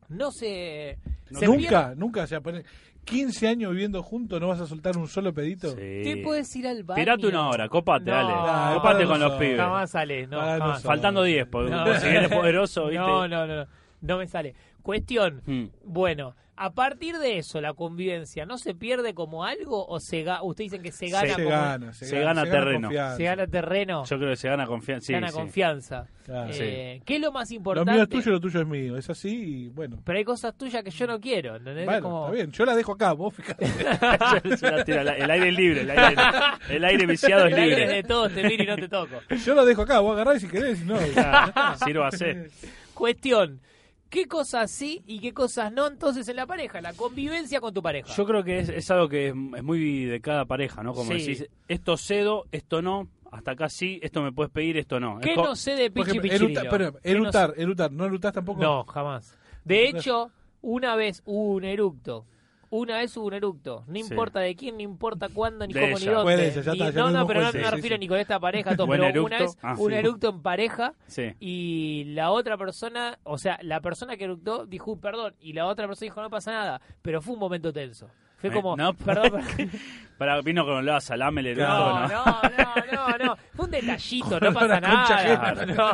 Speaker 1: no se...
Speaker 2: No
Speaker 1: se pierde-
Speaker 3: Nunca, nunca. O sea, poner 15 años viviendo juntos, ¿no vas a soltar un solo pedito?
Speaker 2: Sí.
Speaker 1: Te puedes ir al baño.
Speaker 2: Tirate una hora, copate,
Speaker 1: No,
Speaker 2: dale.
Speaker 3: no,
Speaker 2: Copate
Speaker 3: para
Speaker 2: con los
Speaker 3: nosotros.
Speaker 2: pibes.
Speaker 1: Jamás sale. No,
Speaker 3: Para
Speaker 1: jamás.
Speaker 3: nosotros.
Speaker 2: Faltando 10, porque
Speaker 1: No.
Speaker 2: si eres poderoso, ¿viste?
Speaker 1: <laughs> No, no, no, no. No me sale. Cuestión.
Speaker 2: Mm.
Speaker 1: Bueno, a partir de eso, la convivencia, ¿no se pierde como algo o se ga- Ustedes dicen que se gana
Speaker 3: se
Speaker 1: como-
Speaker 3: gana,
Speaker 2: se gana terreno.
Speaker 3: confianza.
Speaker 1: se gana terreno,
Speaker 2: Yo creo que se gana confianza. Sí,
Speaker 1: se gana
Speaker 2: sí.
Speaker 1: confianza.
Speaker 3: Claro.
Speaker 1: Eh, ¿Qué es lo más
Speaker 3: Lo
Speaker 1: importante?
Speaker 3: mío es tuyo, lo tuyo es mío. Es así y bueno.
Speaker 1: Pero hay cosas tuyas que yo no quiero, ¿entendés?
Speaker 3: Bueno,
Speaker 1: Como- <laughs>
Speaker 3: está bien. Yo la dejo acá, vos fijate.
Speaker 2: <laughs> Se la tira al aire. el aire es libre, el aire, el aire viciado es
Speaker 1: El aire es de
Speaker 2: libre.
Speaker 1: todos, te miro y no te toco.
Speaker 3: Yo la dejo acá, vos agarrás si
Speaker 1: <laughs>
Speaker 3: querés, si no.
Speaker 2: Ah, Sírvase.
Speaker 1: Cuestión, ¿qué cosas sí y qué cosas no entonces en la pareja? La convivencia con tu pareja.
Speaker 2: <laughs> Yo creo que es, es algo que es, es muy de cada pareja, ¿no? Como
Speaker 1: Sí.
Speaker 2: decís, esto cedo, esto no, hasta acá sí, esto me puedes pedir, esto no. Es
Speaker 1: ¿Qué
Speaker 2: co-
Speaker 1: no sé de
Speaker 3: Por
Speaker 1: Pichi
Speaker 3: ejemplo,
Speaker 1: Pichirilo?
Speaker 3: eruta- espera,
Speaker 1: ¿Qué no
Speaker 3: erutar, erutar. ¿No erutás tampoco?
Speaker 1: No, jamás. De hecho, una vez hubo un eructo. Una vez hubo un eructo. No
Speaker 2: Sí.
Speaker 1: importa de quién, no importa cuándo, ni
Speaker 2: De
Speaker 1: cómo, ni
Speaker 2: ella.
Speaker 1: dónde.
Speaker 3: Fue de ella, ya
Speaker 1: Ni-
Speaker 3: está, ya
Speaker 1: no,
Speaker 3: lo
Speaker 1: no,
Speaker 3: dimos
Speaker 1: pero no,
Speaker 3: cuenta,
Speaker 1: no
Speaker 3: sí,
Speaker 1: me refiero
Speaker 3: sí.
Speaker 1: ni con esta
Speaker 3: <laughs>
Speaker 1: pareja, todo,
Speaker 2: Buen
Speaker 1: pero
Speaker 2: eructo.
Speaker 1: una vez
Speaker 2: Ah,
Speaker 1: un
Speaker 2: sí.
Speaker 1: eructo en pareja
Speaker 2: Sí.
Speaker 1: y la otra persona, o sea, la persona que eructó dijo "Uh, perdón y la otra persona dijo no pasa nada, pero fue un momento tenso. Fue
Speaker 2: Eh,
Speaker 1: como, <laughs>
Speaker 2: no,
Speaker 1: perdón,
Speaker 2: <laughs>
Speaker 1: perdón.
Speaker 2: Para, vino con la salame,
Speaker 1: <laughs>
Speaker 2: le
Speaker 1: No, no, no, no, no. Fue un detallito, no pasa
Speaker 3: la concha
Speaker 1: nada.
Speaker 2: ajena.
Speaker 1: No,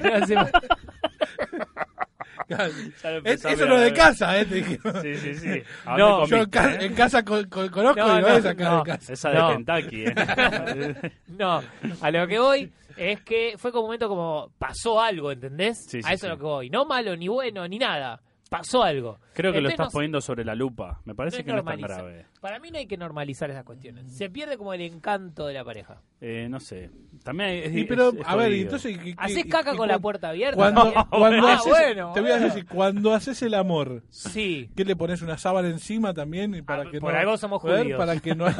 Speaker 1: no, no. No se-
Speaker 2: Ya lo
Speaker 3: Claro. Es-
Speaker 2: empezás
Speaker 3: Eso
Speaker 2: a
Speaker 3: no es de
Speaker 2: mirar.
Speaker 3: casa, ¿eh? Te dije.
Speaker 2: Sí,
Speaker 1: <laughs>
Speaker 2: sí, sí.
Speaker 3: <laughs>
Speaker 2: ¿A
Speaker 1: No,
Speaker 2: dónde
Speaker 3: Yo en,
Speaker 2: comiste,
Speaker 3: ca-
Speaker 2: eh?
Speaker 3: en casa con- con- conozco
Speaker 1: No,
Speaker 3: y no,
Speaker 1: no,
Speaker 3: es acá
Speaker 1: no.
Speaker 3: de casa.
Speaker 2: Esa de
Speaker 1: No.
Speaker 2: Kentucky,
Speaker 1: <laughs>
Speaker 2: ¿eh?
Speaker 1: No, a lo que voy es que fue como un momento como pasó algo, ¿entendés?
Speaker 2: Sí, sí,
Speaker 1: a eso
Speaker 2: sí.
Speaker 1: es lo que voy. No malo, ni bueno, ni nada. Pasó algo.
Speaker 2: Creo que lo
Speaker 1: Entonces,
Speaker 2: estás
Speaker 1: Este no-
Speaker 2: poniendo sobre la lupa. Me
Speaker 1: no
Speaker 2: parece
Speaker 1: es
Speaker 2: que no es tan
Speaker 1: normalizar.
Speaker 2: grave.
Speaker 1: Para mí no hay que normalizar esas cuestiones. Se pierde como el encanto de la pareja.
Speaker 2: Eh, no sé. También es,
Speaker 3: Y pero,
Speaker 2: es- es
Speaker 3: a ver,
Speaker 2: jodido.
Speaker 3: y entonces... ¿qué- qué-
Speaker 1: ¿Haces
Speaker 3: y-
Speaker 1: caca
Speaker 3: y
Speaker 1: con
Speaker 3: cuan-
Speaker 1: la puerta abierta?
Speaker 2: <laughs>
Speaker 3: Cuando,
Speaker 1: también? <laughs>
Speaker 3: cuando
Speaker 1: Ah,
Speaker 3: haces,
Speaker 1: bueno,
Speaker 3: te voy a
Speaker 1: bueno.
Speaker 3: decir, cuando haces el amor,
Speaker 1: Sí.
Speaker 3: ¿qué le pones una sábana encima también? Y para
Speaker 1: Ah,
Speaker 3: que
Speaker 1: por
Speaker 3: no,
Speaker 1: algo somos
Speaker 3: ¿ver?
Speaker 1: judíos.
Speaker 3: Para que
Speaker 2: <laughs>
Speaker 3: no, hay-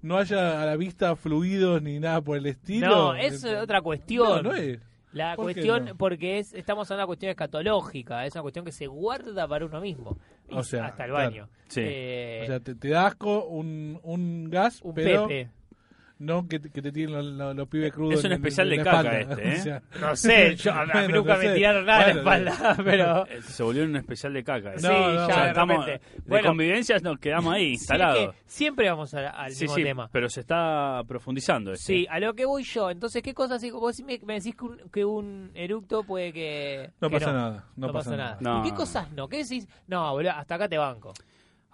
Speaker 3: no haya a la vista fluidos ni nada por el estilo. Eh,
Speaker 1: No, eso es otra cuestión.
Speaker 3: No, no es.
Speaker 1: La
Speaker 3: ¿Por qué
Speaker 1: cuestión,
Speaker 3: no?
Speaker 1: porque es, estamos hablando de una cuestión escatológica, es una cuestión que se guarda para uno mismo. Y
Speaker 3: O sea,
Speaker 1: hasta el
Speaker 3: claro.
Speaker 1: baño.
Speaker 2: Sí.
Speaker 1: Eh,
Speaker 3: O sea, te, te da asco un, un gas,
Speaker 1: un
Speaker 3: pero
Speaker 1: Pepe.
Speaker 3: no que, te- que te tienen los, los- los pibes
Speaker 2: Es
Speaker 3: crudos.
Speaker 2: un
Speaker 3: en- en-
Speaker 2: especial
Speaker 3: en
Speaker 2: de
Speaker 3: la
Speaker 2: caca
Speaker 3: espalda. <laughs>
Speaker 2: este, ¿eh?
Speaker 1: No sé, yo, a mí
Speaker 3: Bueno,
Speaker 1: nunca
Speaker 3: no
Speaker 1: me
Speaker 3: sé.
Speaker 1: tiraron nada en
Speaker 3: Bueno,
Speaker 1: la espalda, <laughs> pero...
Speaker 2: Eh, Se volvió un especial de caca. ¿eh?
Speaker 1: sí,
Speaker 3: No, no,
Speaker 1: ya
Speaker 2: O sea,
Speaker 1: de
Speaker 2: estamos,
Speaker 1: repente.
Speaker 2: de
Speaker 1: Bueno,
Speaker 2: convivencias nos quedamos
Speaker 1: <laughs>
Speaker 2: ahí,
Speaker 1: sí, es
Speaker 2: instalados.
Speaker 1: que siempre vamos a- al
Speaker 2: Sí,
Speaker 1: mismo
Speaker 2: sí,
Speaker 1: tema.
Speaker 2: pero se está profundizando. este. esto.
Speaker 1: Sí, a lo que voy yo. Entonces, ¿qué cosas? así? Vos me, me decís que un, que un eructo puede que...
Speaker 3: No
Speaker 1: que
Speaker 3: pasa nada, no pasa
Speaker 2: nada.
Speaker 1: ¿Y
Speaker 2: No.
Speaker 1: qué cosas no? ¿Qué decís? No, boludo, hasta acá te banco.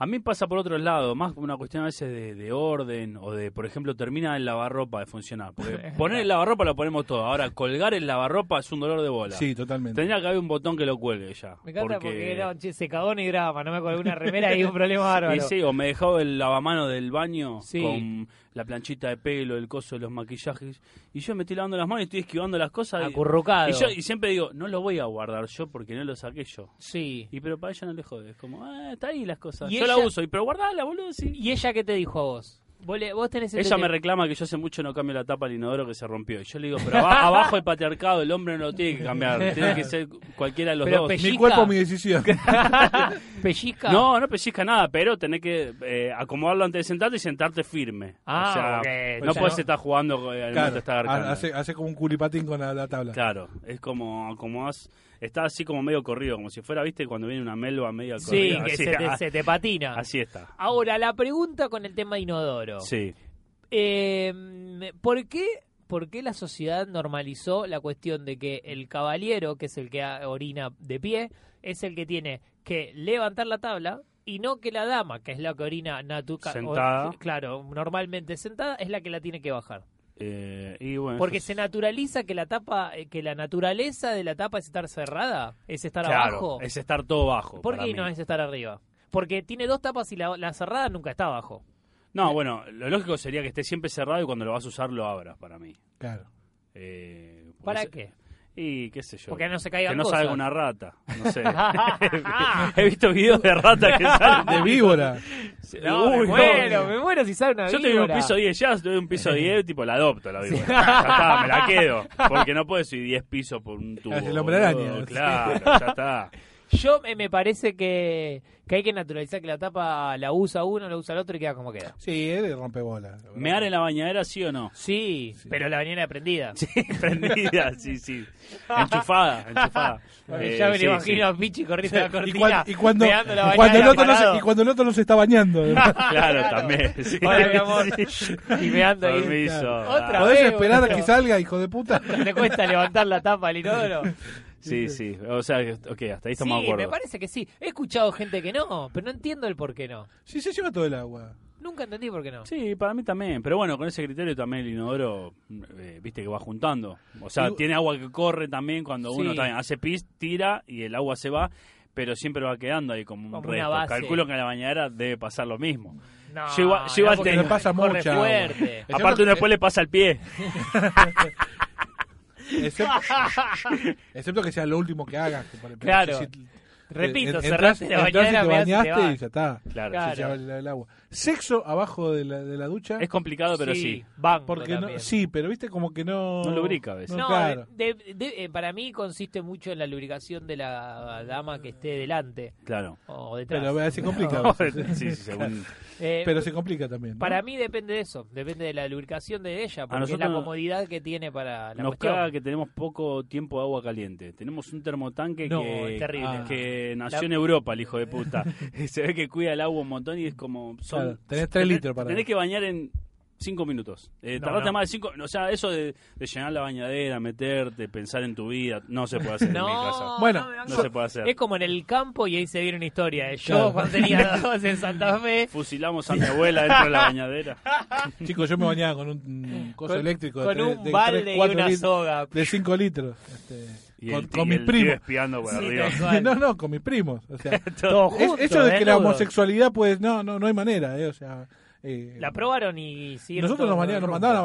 Speaker 2: A mí pasa por otro lado, más una cuestión a veces de, de orden o de, por ejemplo, termina el lavarropa de funcionar.
Speaker 1: <laughs>
Speaker 2: Porque poner el lavarropa lo ponemos todo. Ahora, colgar el lavarropa es un dolor de bola.
Speaker 3: Sí, totalmente.
Speaker 2: Tendría que haber un botón que lo cuelgue ya.
Speaker 1: Me encanta porque, no,
Speaker 2: porque...
Speaker 1: che, se cagó en el drama, no me colgué una remera y un problema bárbaro.
Speaker 2: Y <laughs> sí, o me dejó el lavamano del baño
Speaker 1: Sí.
Speaker 2: con la planchita de pelo, el coso de los maquillajes. Y yo me estoy lavando las manos y estoy esquivando las cosas. y-
Speaker 1: Acurrucado.
Speaker 2: Y, yo, y siempre digo, no lo voy a guardar yo porque no lo saqué yo.
Speaker 1: Sí.
Speaker 2: Y pero para ella no le jode. Es como, ah, está ahí las cosas.
Speaker 1: Y
Speaker 2: yo la
Speaker 1: ella-
Speaker 2: uso. Y pero guardala, boludo, sí.
Speaker 1: ¿Y ella qué te dijo a vos? Vos, le- vos tenés...
Speaker 2: Ella me reclama que yo hace mucho no cambio la tapa del inodoro que se rompió. Y yo le digo, pero aba- abajo el patriarcado, el hombre no lo tiene que cambiar. Tiene que ser cualquiera de los
Speaker 1: Pero
Speaker 2: dos.
Speaker 1: pellizca.
Speaker 3: Mi cuerpo,
Speaker 1: <laughs>
Speaker 3: mi decisión.
Speaker 1: ¿Pellizca?
Speaker 2: No, no pellizca nada, pero tenés que eh, acomodarlo antes de sentarte y sentarte firme.
Speaker 1: Ah,
Speaker 2: o sea,
Speaker 1: ok.
Speaker 2: no
Speaker 1: O sea,
Speaker 2: puedes
Speaker 1: no-
Speaker 2: estar jugando eh, al
Speaker 3: Claro,
Speaker 2: momento está
Speaker 3: ha- hace, hace como un culipatín con la, la tabla.
Speaker 2: Claro, es como, como has- está así como medio corrido, como si fuera, viste, cuando viene una melva media
Speaker 1: Sí,
Speaker 2: corrida.
Speaker 1: que
Speaker 2: así,
Speaker 1: se
Speaker 2: a-
Speaker 1: te, se te patina.
Speaker 2: así está.
Speaker 1: Ahora, la pregunta con el tema de inodoro.
Speaker 2: Sí.
Speaker 1: Eh, ¿por, qué, ¿Por qué la sociedad normalizó la cuestión de que el caballero, que es el que ah, orina de pie, es el que tiene que levantar la tabla y no que la dama, que es la que orina natuca,
Speaker 2: Sentada.
Speaker 1: claro, normalmente sentada, es la que la tiene que bajar?
Speaker 2: Eh, y bueno,
Speaker 1: Porque
Speaker 2: eso
Speaker 1: se naturaliza que la tapa, eh, que la naturaleza de la tapa es estar cerrada, es estar
Speaker 2: claro,
Speaker 1: abajo.
Speaker 2: es estar todo bajo.
Speaker 1: ¿Por
Speaker 2: para
Speaker 1: qué
Speaker 2: mí.
Speaker 1: no es estar arriba? Porque tiene dos tapas y la, la cerrada nunca está abajo.
Speaker 2: No, bueno, lo lógico sería que esté siempre cerrado y cuando lo vas a usar lo abras para mí.
Speaker 3: Claro.
Speaker 2: Eh, porque
Speaker 1: ¿Para
Speaker 2: se-
Speaker 1: qué?
Speaker 2: Y qué sé yo.
Speaker 1: Porque no se
Speaker 2: que
Speaker 1: caigan
Speaker 2: no
Speaker 1: cosas.
Speaker 2: salga una rata. No
Speaker 1: <laughs>
Speaker 2: sé. <laughs> He visto videos de ratas que
Speaker 3: De
Speaker 1: Ah,
Speaker 2: salen.
Speaker 3: víbora.
Speaker 2: De...
Speaker 1: No,
Speaker 2: Uy,
Speaker 1: me
Speaker 2: no.
Speaker 1: muero, me muero si sale una
Speaker 2: Yo te doy un
Speaker 1: víbora.
Speaker 2: piso 10 ya, te doy un
Speaker 1: <laughs>
Speaker 2: piso 10, tipo la adopto la víbora. Ya está, me la quedo. Porque no puedo subir 10 pisos por un tubo.
Speaker 3: el hombre araña.
Speaker 2: boludo, Claro, ya está.
Speaker 1: Yo eh, me parece que, que hay que naturalizar que la tapa la usa uno, la usa el otro y queda como queda.
Speaker 3: Sí, él rompe bolas.
Speaker 2: ¿Mear en la bañadera sí o no? <laughs>
Speaker 1: Sí, pero la bañera prendida.
Speaker 2: Sí, prendida, sí, sí. Enchufada, enchufada.
Speaker 1: Eh,
Speaker 2: Eh,
Speaker 1: <laughs> <laughs> ya me
Speaker 2: sí,
Speaker 1: lo imagino a Pichi corriendo la
Speaker 3: Y,
Speaker 1: cortina.
Speaker 3: cuan- y cuando,
Speaker 1: meando la
Speaker 3: y cuando el
Speaker 1: bañadera
Speaker 3: otro no
Speaker 1: parado.
Speaker 3: se, y
Speaker 1: <laughs>
Speaker 3: cuando el otro no se está bañando.
Speaker 2: sí. <laughs> Claro, también. Sí,
Speaker 1: Hola, mi amor.
Speaker 2: <laughs> sí.
Speaker 1: Y meando ahí.
Speaker 2: Permiso.
Speaker 1: Otra.
Speaker 3: <laughs> ¿Podés
Speaker 1: vez,
Speaker 3: esperar a
Speaker 1: boludo.
Speaker 3: que salga, hijo de puta?
Speaker 1: ¿Te cuesta levantar la tapa del inodoro?
Speaker 2: Sí, sí. O sea, que- ok, hasta ahí
Speaker 1: Sí,
Speaker 2: estamos de
Speaker 1: me
Speaker 2: acuerdo.
Speaker 1: parece que sí. He escuchado gente que no, pero no entiendo el por qué no.
Speaker 3: Sí, se lleva todo el agua.
Speaker 1: Nunca entendí por qué no.
Speaker 2: Sí, para mí también. Pero bueno, con ese criterio también el inodoro, eh, viste que va juntando. O sea,
Speaker 3: Y-
Speaker 2: tiene agua que corre también cuando
Speaker 1: Sí.
Speaker 2: uno también hace pis, tira y el agua se va, pero siempre va quedando ahí como un
Speaker 1: Como una
Speaker 2: resto.
Speaker 1: base.
Speaker 2: Calculo que en la bañadera debe pasar lo mismo.
Speaker 1: No,
Speaker 2: Yo igual- yo igual
Speaker 1: porque
Speaker 2: tengo-
Speaker 1: no-
Speaker 3: pasa
Speaker 1: corre
Speaker 3: mucha agua.
Speaker 1: fuerte.
Speaker 3: Excepto-
Speaker 2: Aparte uno después le pasa el pie.
Speaker 1: <laughs>
Speaker 3: Excepto, excepto que sea lo último que hagas. que para-
Speaker 1: Claro. Repito, cerraste la
Speaker 3: entras
Speaker 1: bañera, meás y
Speaker 3: y te
Speaker 1: te
Speaker 3: bañaste
Speaker 1: vas.
Speaker 3: y ya está.
Speaker 2: Claro.
Speaker 1: Claro.
Speaker 3: Se lleva el, el agua. Sexo abajo de la, de la ducha.
Speaker 2: Es complicado, pero sí.
Speaker 1: banco
Speaker 3: porque no,
Speaker 1: también.
Speaker 3: sí, pero viste como que no.
Speaker 2: No lubrica a veces.
Speaker 1: No,
Speaker 3: claro.
Speaker 1: de- de- de- eh, para mí consiste mucho en la lubricación de la dama que esté delante
Speaker 2: Claro.
Speaker 1: o detrás.
Speaker 3: Pero eh, se
Speaker 1: <laughs>
Speaker 3: complica.
Speaker 2: <laughs>
Speaker 3: a veces.
Speaker 2: sí, sí, según...
Speaker 1: Eh,
Speaker 3: Pero se complica también. ¿no?
Speaker 1: para mí depende de eso, depende de la lubricación de ella, porque es la
Speaker 2: nosotros-
Speaker 1: comodidad que tiene para la
Speaker 2: Nos
Speaker 1: cuestión.
Speaker 2: caga que tenemos poco tiempo de agua caliente. Tenemos un termotanque
Speaker 1: No,
Speaker 2: que,
Speaker 1: es terrible.
Speaker 2: que nació
Speaker 1: La-
Speaker 2: en Europa, el hijo de puta. Se ve que cuida el agua un montón y es como... Son,
Speaker 3: Claro, tenés tres
Speaker 2: tenés-
Speaker 3: litros para-
Speaker 2: Tenés que bañar en cinco minutos. Eh,
Speaker 1: No,
Speaker 2: tardaste
Speaker 1: no.
Speaker 2: más de cinco... O sea, eso de, de llenar la bañadera, meterte, pensar en tu vida, no se
Speaker 1: <laughs>
Speaker 2: puede hacer en mi casa.
Speaker 1: No,
Speaker 3: Bueno,
Speaker 1: no me
Speaker 2: No
Speaker 1: banco.
Speaker 2: se puede hacer.
Speaker 1: es como en el campo y ahí se viene una historia. eh. Yo
Speaker 3: Claro.
Speaker 1: cuando tenía dos en Santa Fe
Speaker 2: Fusilamos a mi abuela dentro de la bañadera.
Speaker 3: <laughs> Chicos, yo me bañaba con un coso
Speaker 1: Con-
Speaker 3: eléctrico
Speaker 1: con
Speaker 3: de, tres-
Speaker 1: un
Speaker 3: de
Speaker 1: balde
Speaker 3: tres,
Speaker 1: y
Speaker 3: cuatro
Speaker 1: una
Speaker 3: lit-
Speaker 1: soga.
Speaker 3: De 5 litros. este,
Speaker 2: Y
Speaker 3: con
Speaker 2: el ti-
Speaker 3: con
Speaker 2: y
Speaker 3: mis
Speaker 2: el tío
Speaker 3: primos.
Speaker 2: espiando por
Speaker 1: Sí,
Speaker 2: arriba.
Speaker 1: tal cual.
Speaker 3: <laughs> No, no, con mis primos.
Speaker 1: <laughs>
Speaker 3: O sea,
Speaker 1: todos
Speaker 3: es-
Speaker 1: juntos,
Speaker 3: eso de que la
Speaker 1: desnudos.
Speaker 3: homosexualidad, pues no, no, no hay manera. eh, o sea, eh,
Speaker 1: la probaron y siguieron
Speaker 3: nosotros nos,
Speaker 1: todo el
Speaker 3: bañaba- nos
Speaker 1: rumbo.
Speaker 3: mandaban a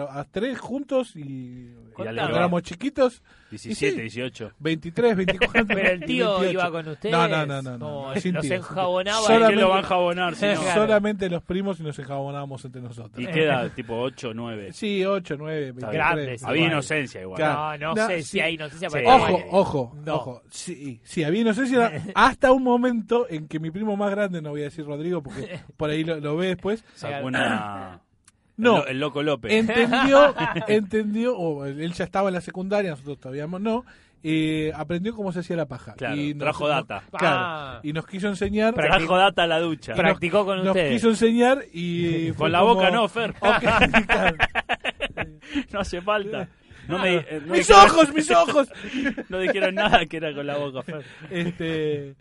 Speaker 3: bañar a tres juntos y
Speaker 1: Contame.
Speaker 3: cuando éramos chiquitos. y sí,
Speaker 2: 17, 18.
Speaker 3: 23, 24.
Speaker 1: Pero el tío
Speaker 3: 28.
Speaker 1: iba con ustedes.
Speaker 3: No, no, no, no. no,
Speaker 1: Como
Speaker 3: no, sin
Speaker 1: los
Speaker 3: tío, sin tío.
Speaker 1: enjabonaba. y-
Speaker 2: ¿Por qué
Speaker 3: Solamente-
Speaker 2: lo van a jabonar? si no?
Speaker 1: Claro.
Speaker 3: Solamente los primos y nos enjabonábamos entre nosotros.
Speaker 2: Y queda tipo 8, 9.
Speaker 3: Sí, 8, 9, 23.
Speaker 1: Grandes,
Speaker 2: Había
Speaker 1: igual.
Speaker 2: inocencia igual.
Speaker 3: Claro.
Speaker 1: No, no,
Speaker 3: No,
Speaker 1: sé
Speaker 3: sí.
Speaker 1: si hay inocencia para
Speaker 2: Sí.
Speaker 1: que
Speaker 3: Ojo,
Speaker 1: bañe.
Speaker 3: ojo,
Speaker 1: No.
Speaker 3: ojo. Sí, sí,
Speaker 1: <laughs>
Speaker 3: había inocencia hasta un momento en que mi primo más grande, no voy a decir Rodrigo
Speaker 1: <laughs>
Speaker 3: porque por ahí lo, lo ve después,
Speaker 2: Sacó una...
Speaker 3: <coughs> No. Em-
Speaker 2: El, lo- el loco López.
Speaker 1: <laughs>
Speaker 3: entendió, entendió, o él ya estaba en la secundaria, nosotros todavía no, eh, aprendió cómo se hacía la paja.
Speaker 2: Claro,
Speaker 3: y nos-
Speaker 2: trajo data.
Speaker 3: claro,
Speaker 1: Ah.
Speaker 3: y nos quiso enseñar.
Speaker 2: Trajo data a la ducha.
Speaker 3: y nos-
Speaker 1: Practicó con
Speaker 3: nos
Speaker 1: ustedes.
Speaker 3: quiso enseñar
Speaker 1: <laughs>
Speaker 3: y. fue
Speaker 2: Con la
Speaker 3: como,
Speaker 2: boca no, Fer.
Speaker 3: "Ok, <laughs> claro.
Speaker 2: <laughs> No hace falta. No me, eh, <laughs> no
Speaker 3: ¡Mis
Speaker 2: dijeron-
Speaker 3: ojos, mis ojos!
Speaker 2: No dijeron nada que era con la boca, Fer.
Speaker 3: Este,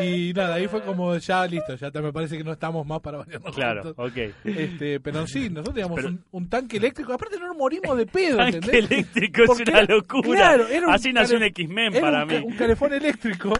Speaker 3: y nada, ahí fue como ya listo, ya te- me parece que no estamos más para bañarnos.
Speaker 2: Claro,
Speaker 3: juntos.
Speaker 2: ok.
Speaker 3: Este, pero sí, nosotros teníamos
Speaker 2: Pero-
Speaker 3: un, un tanque eléctrico, aparte no nos morimos de pedo,
Speaker 2: Tanque
Speaker 3: ¿entendés?
Speaker 2: eléctrico es
Speaker 3: Porque
Speaker 2: una
Speaker 3: era-
Speaker 2: locura.
Speaker 3: claro, era un
Speaker 2: Así nació un
Speaker 3: care-
Speaker 2: X-Men
Speaker 3: Era
Speaker 2: para
Speaker 3: un,
Speaker 2: mí.
Speaker 3: ca- un
Speaker 2: <laughs>
Speaker 3: calefón eléctrico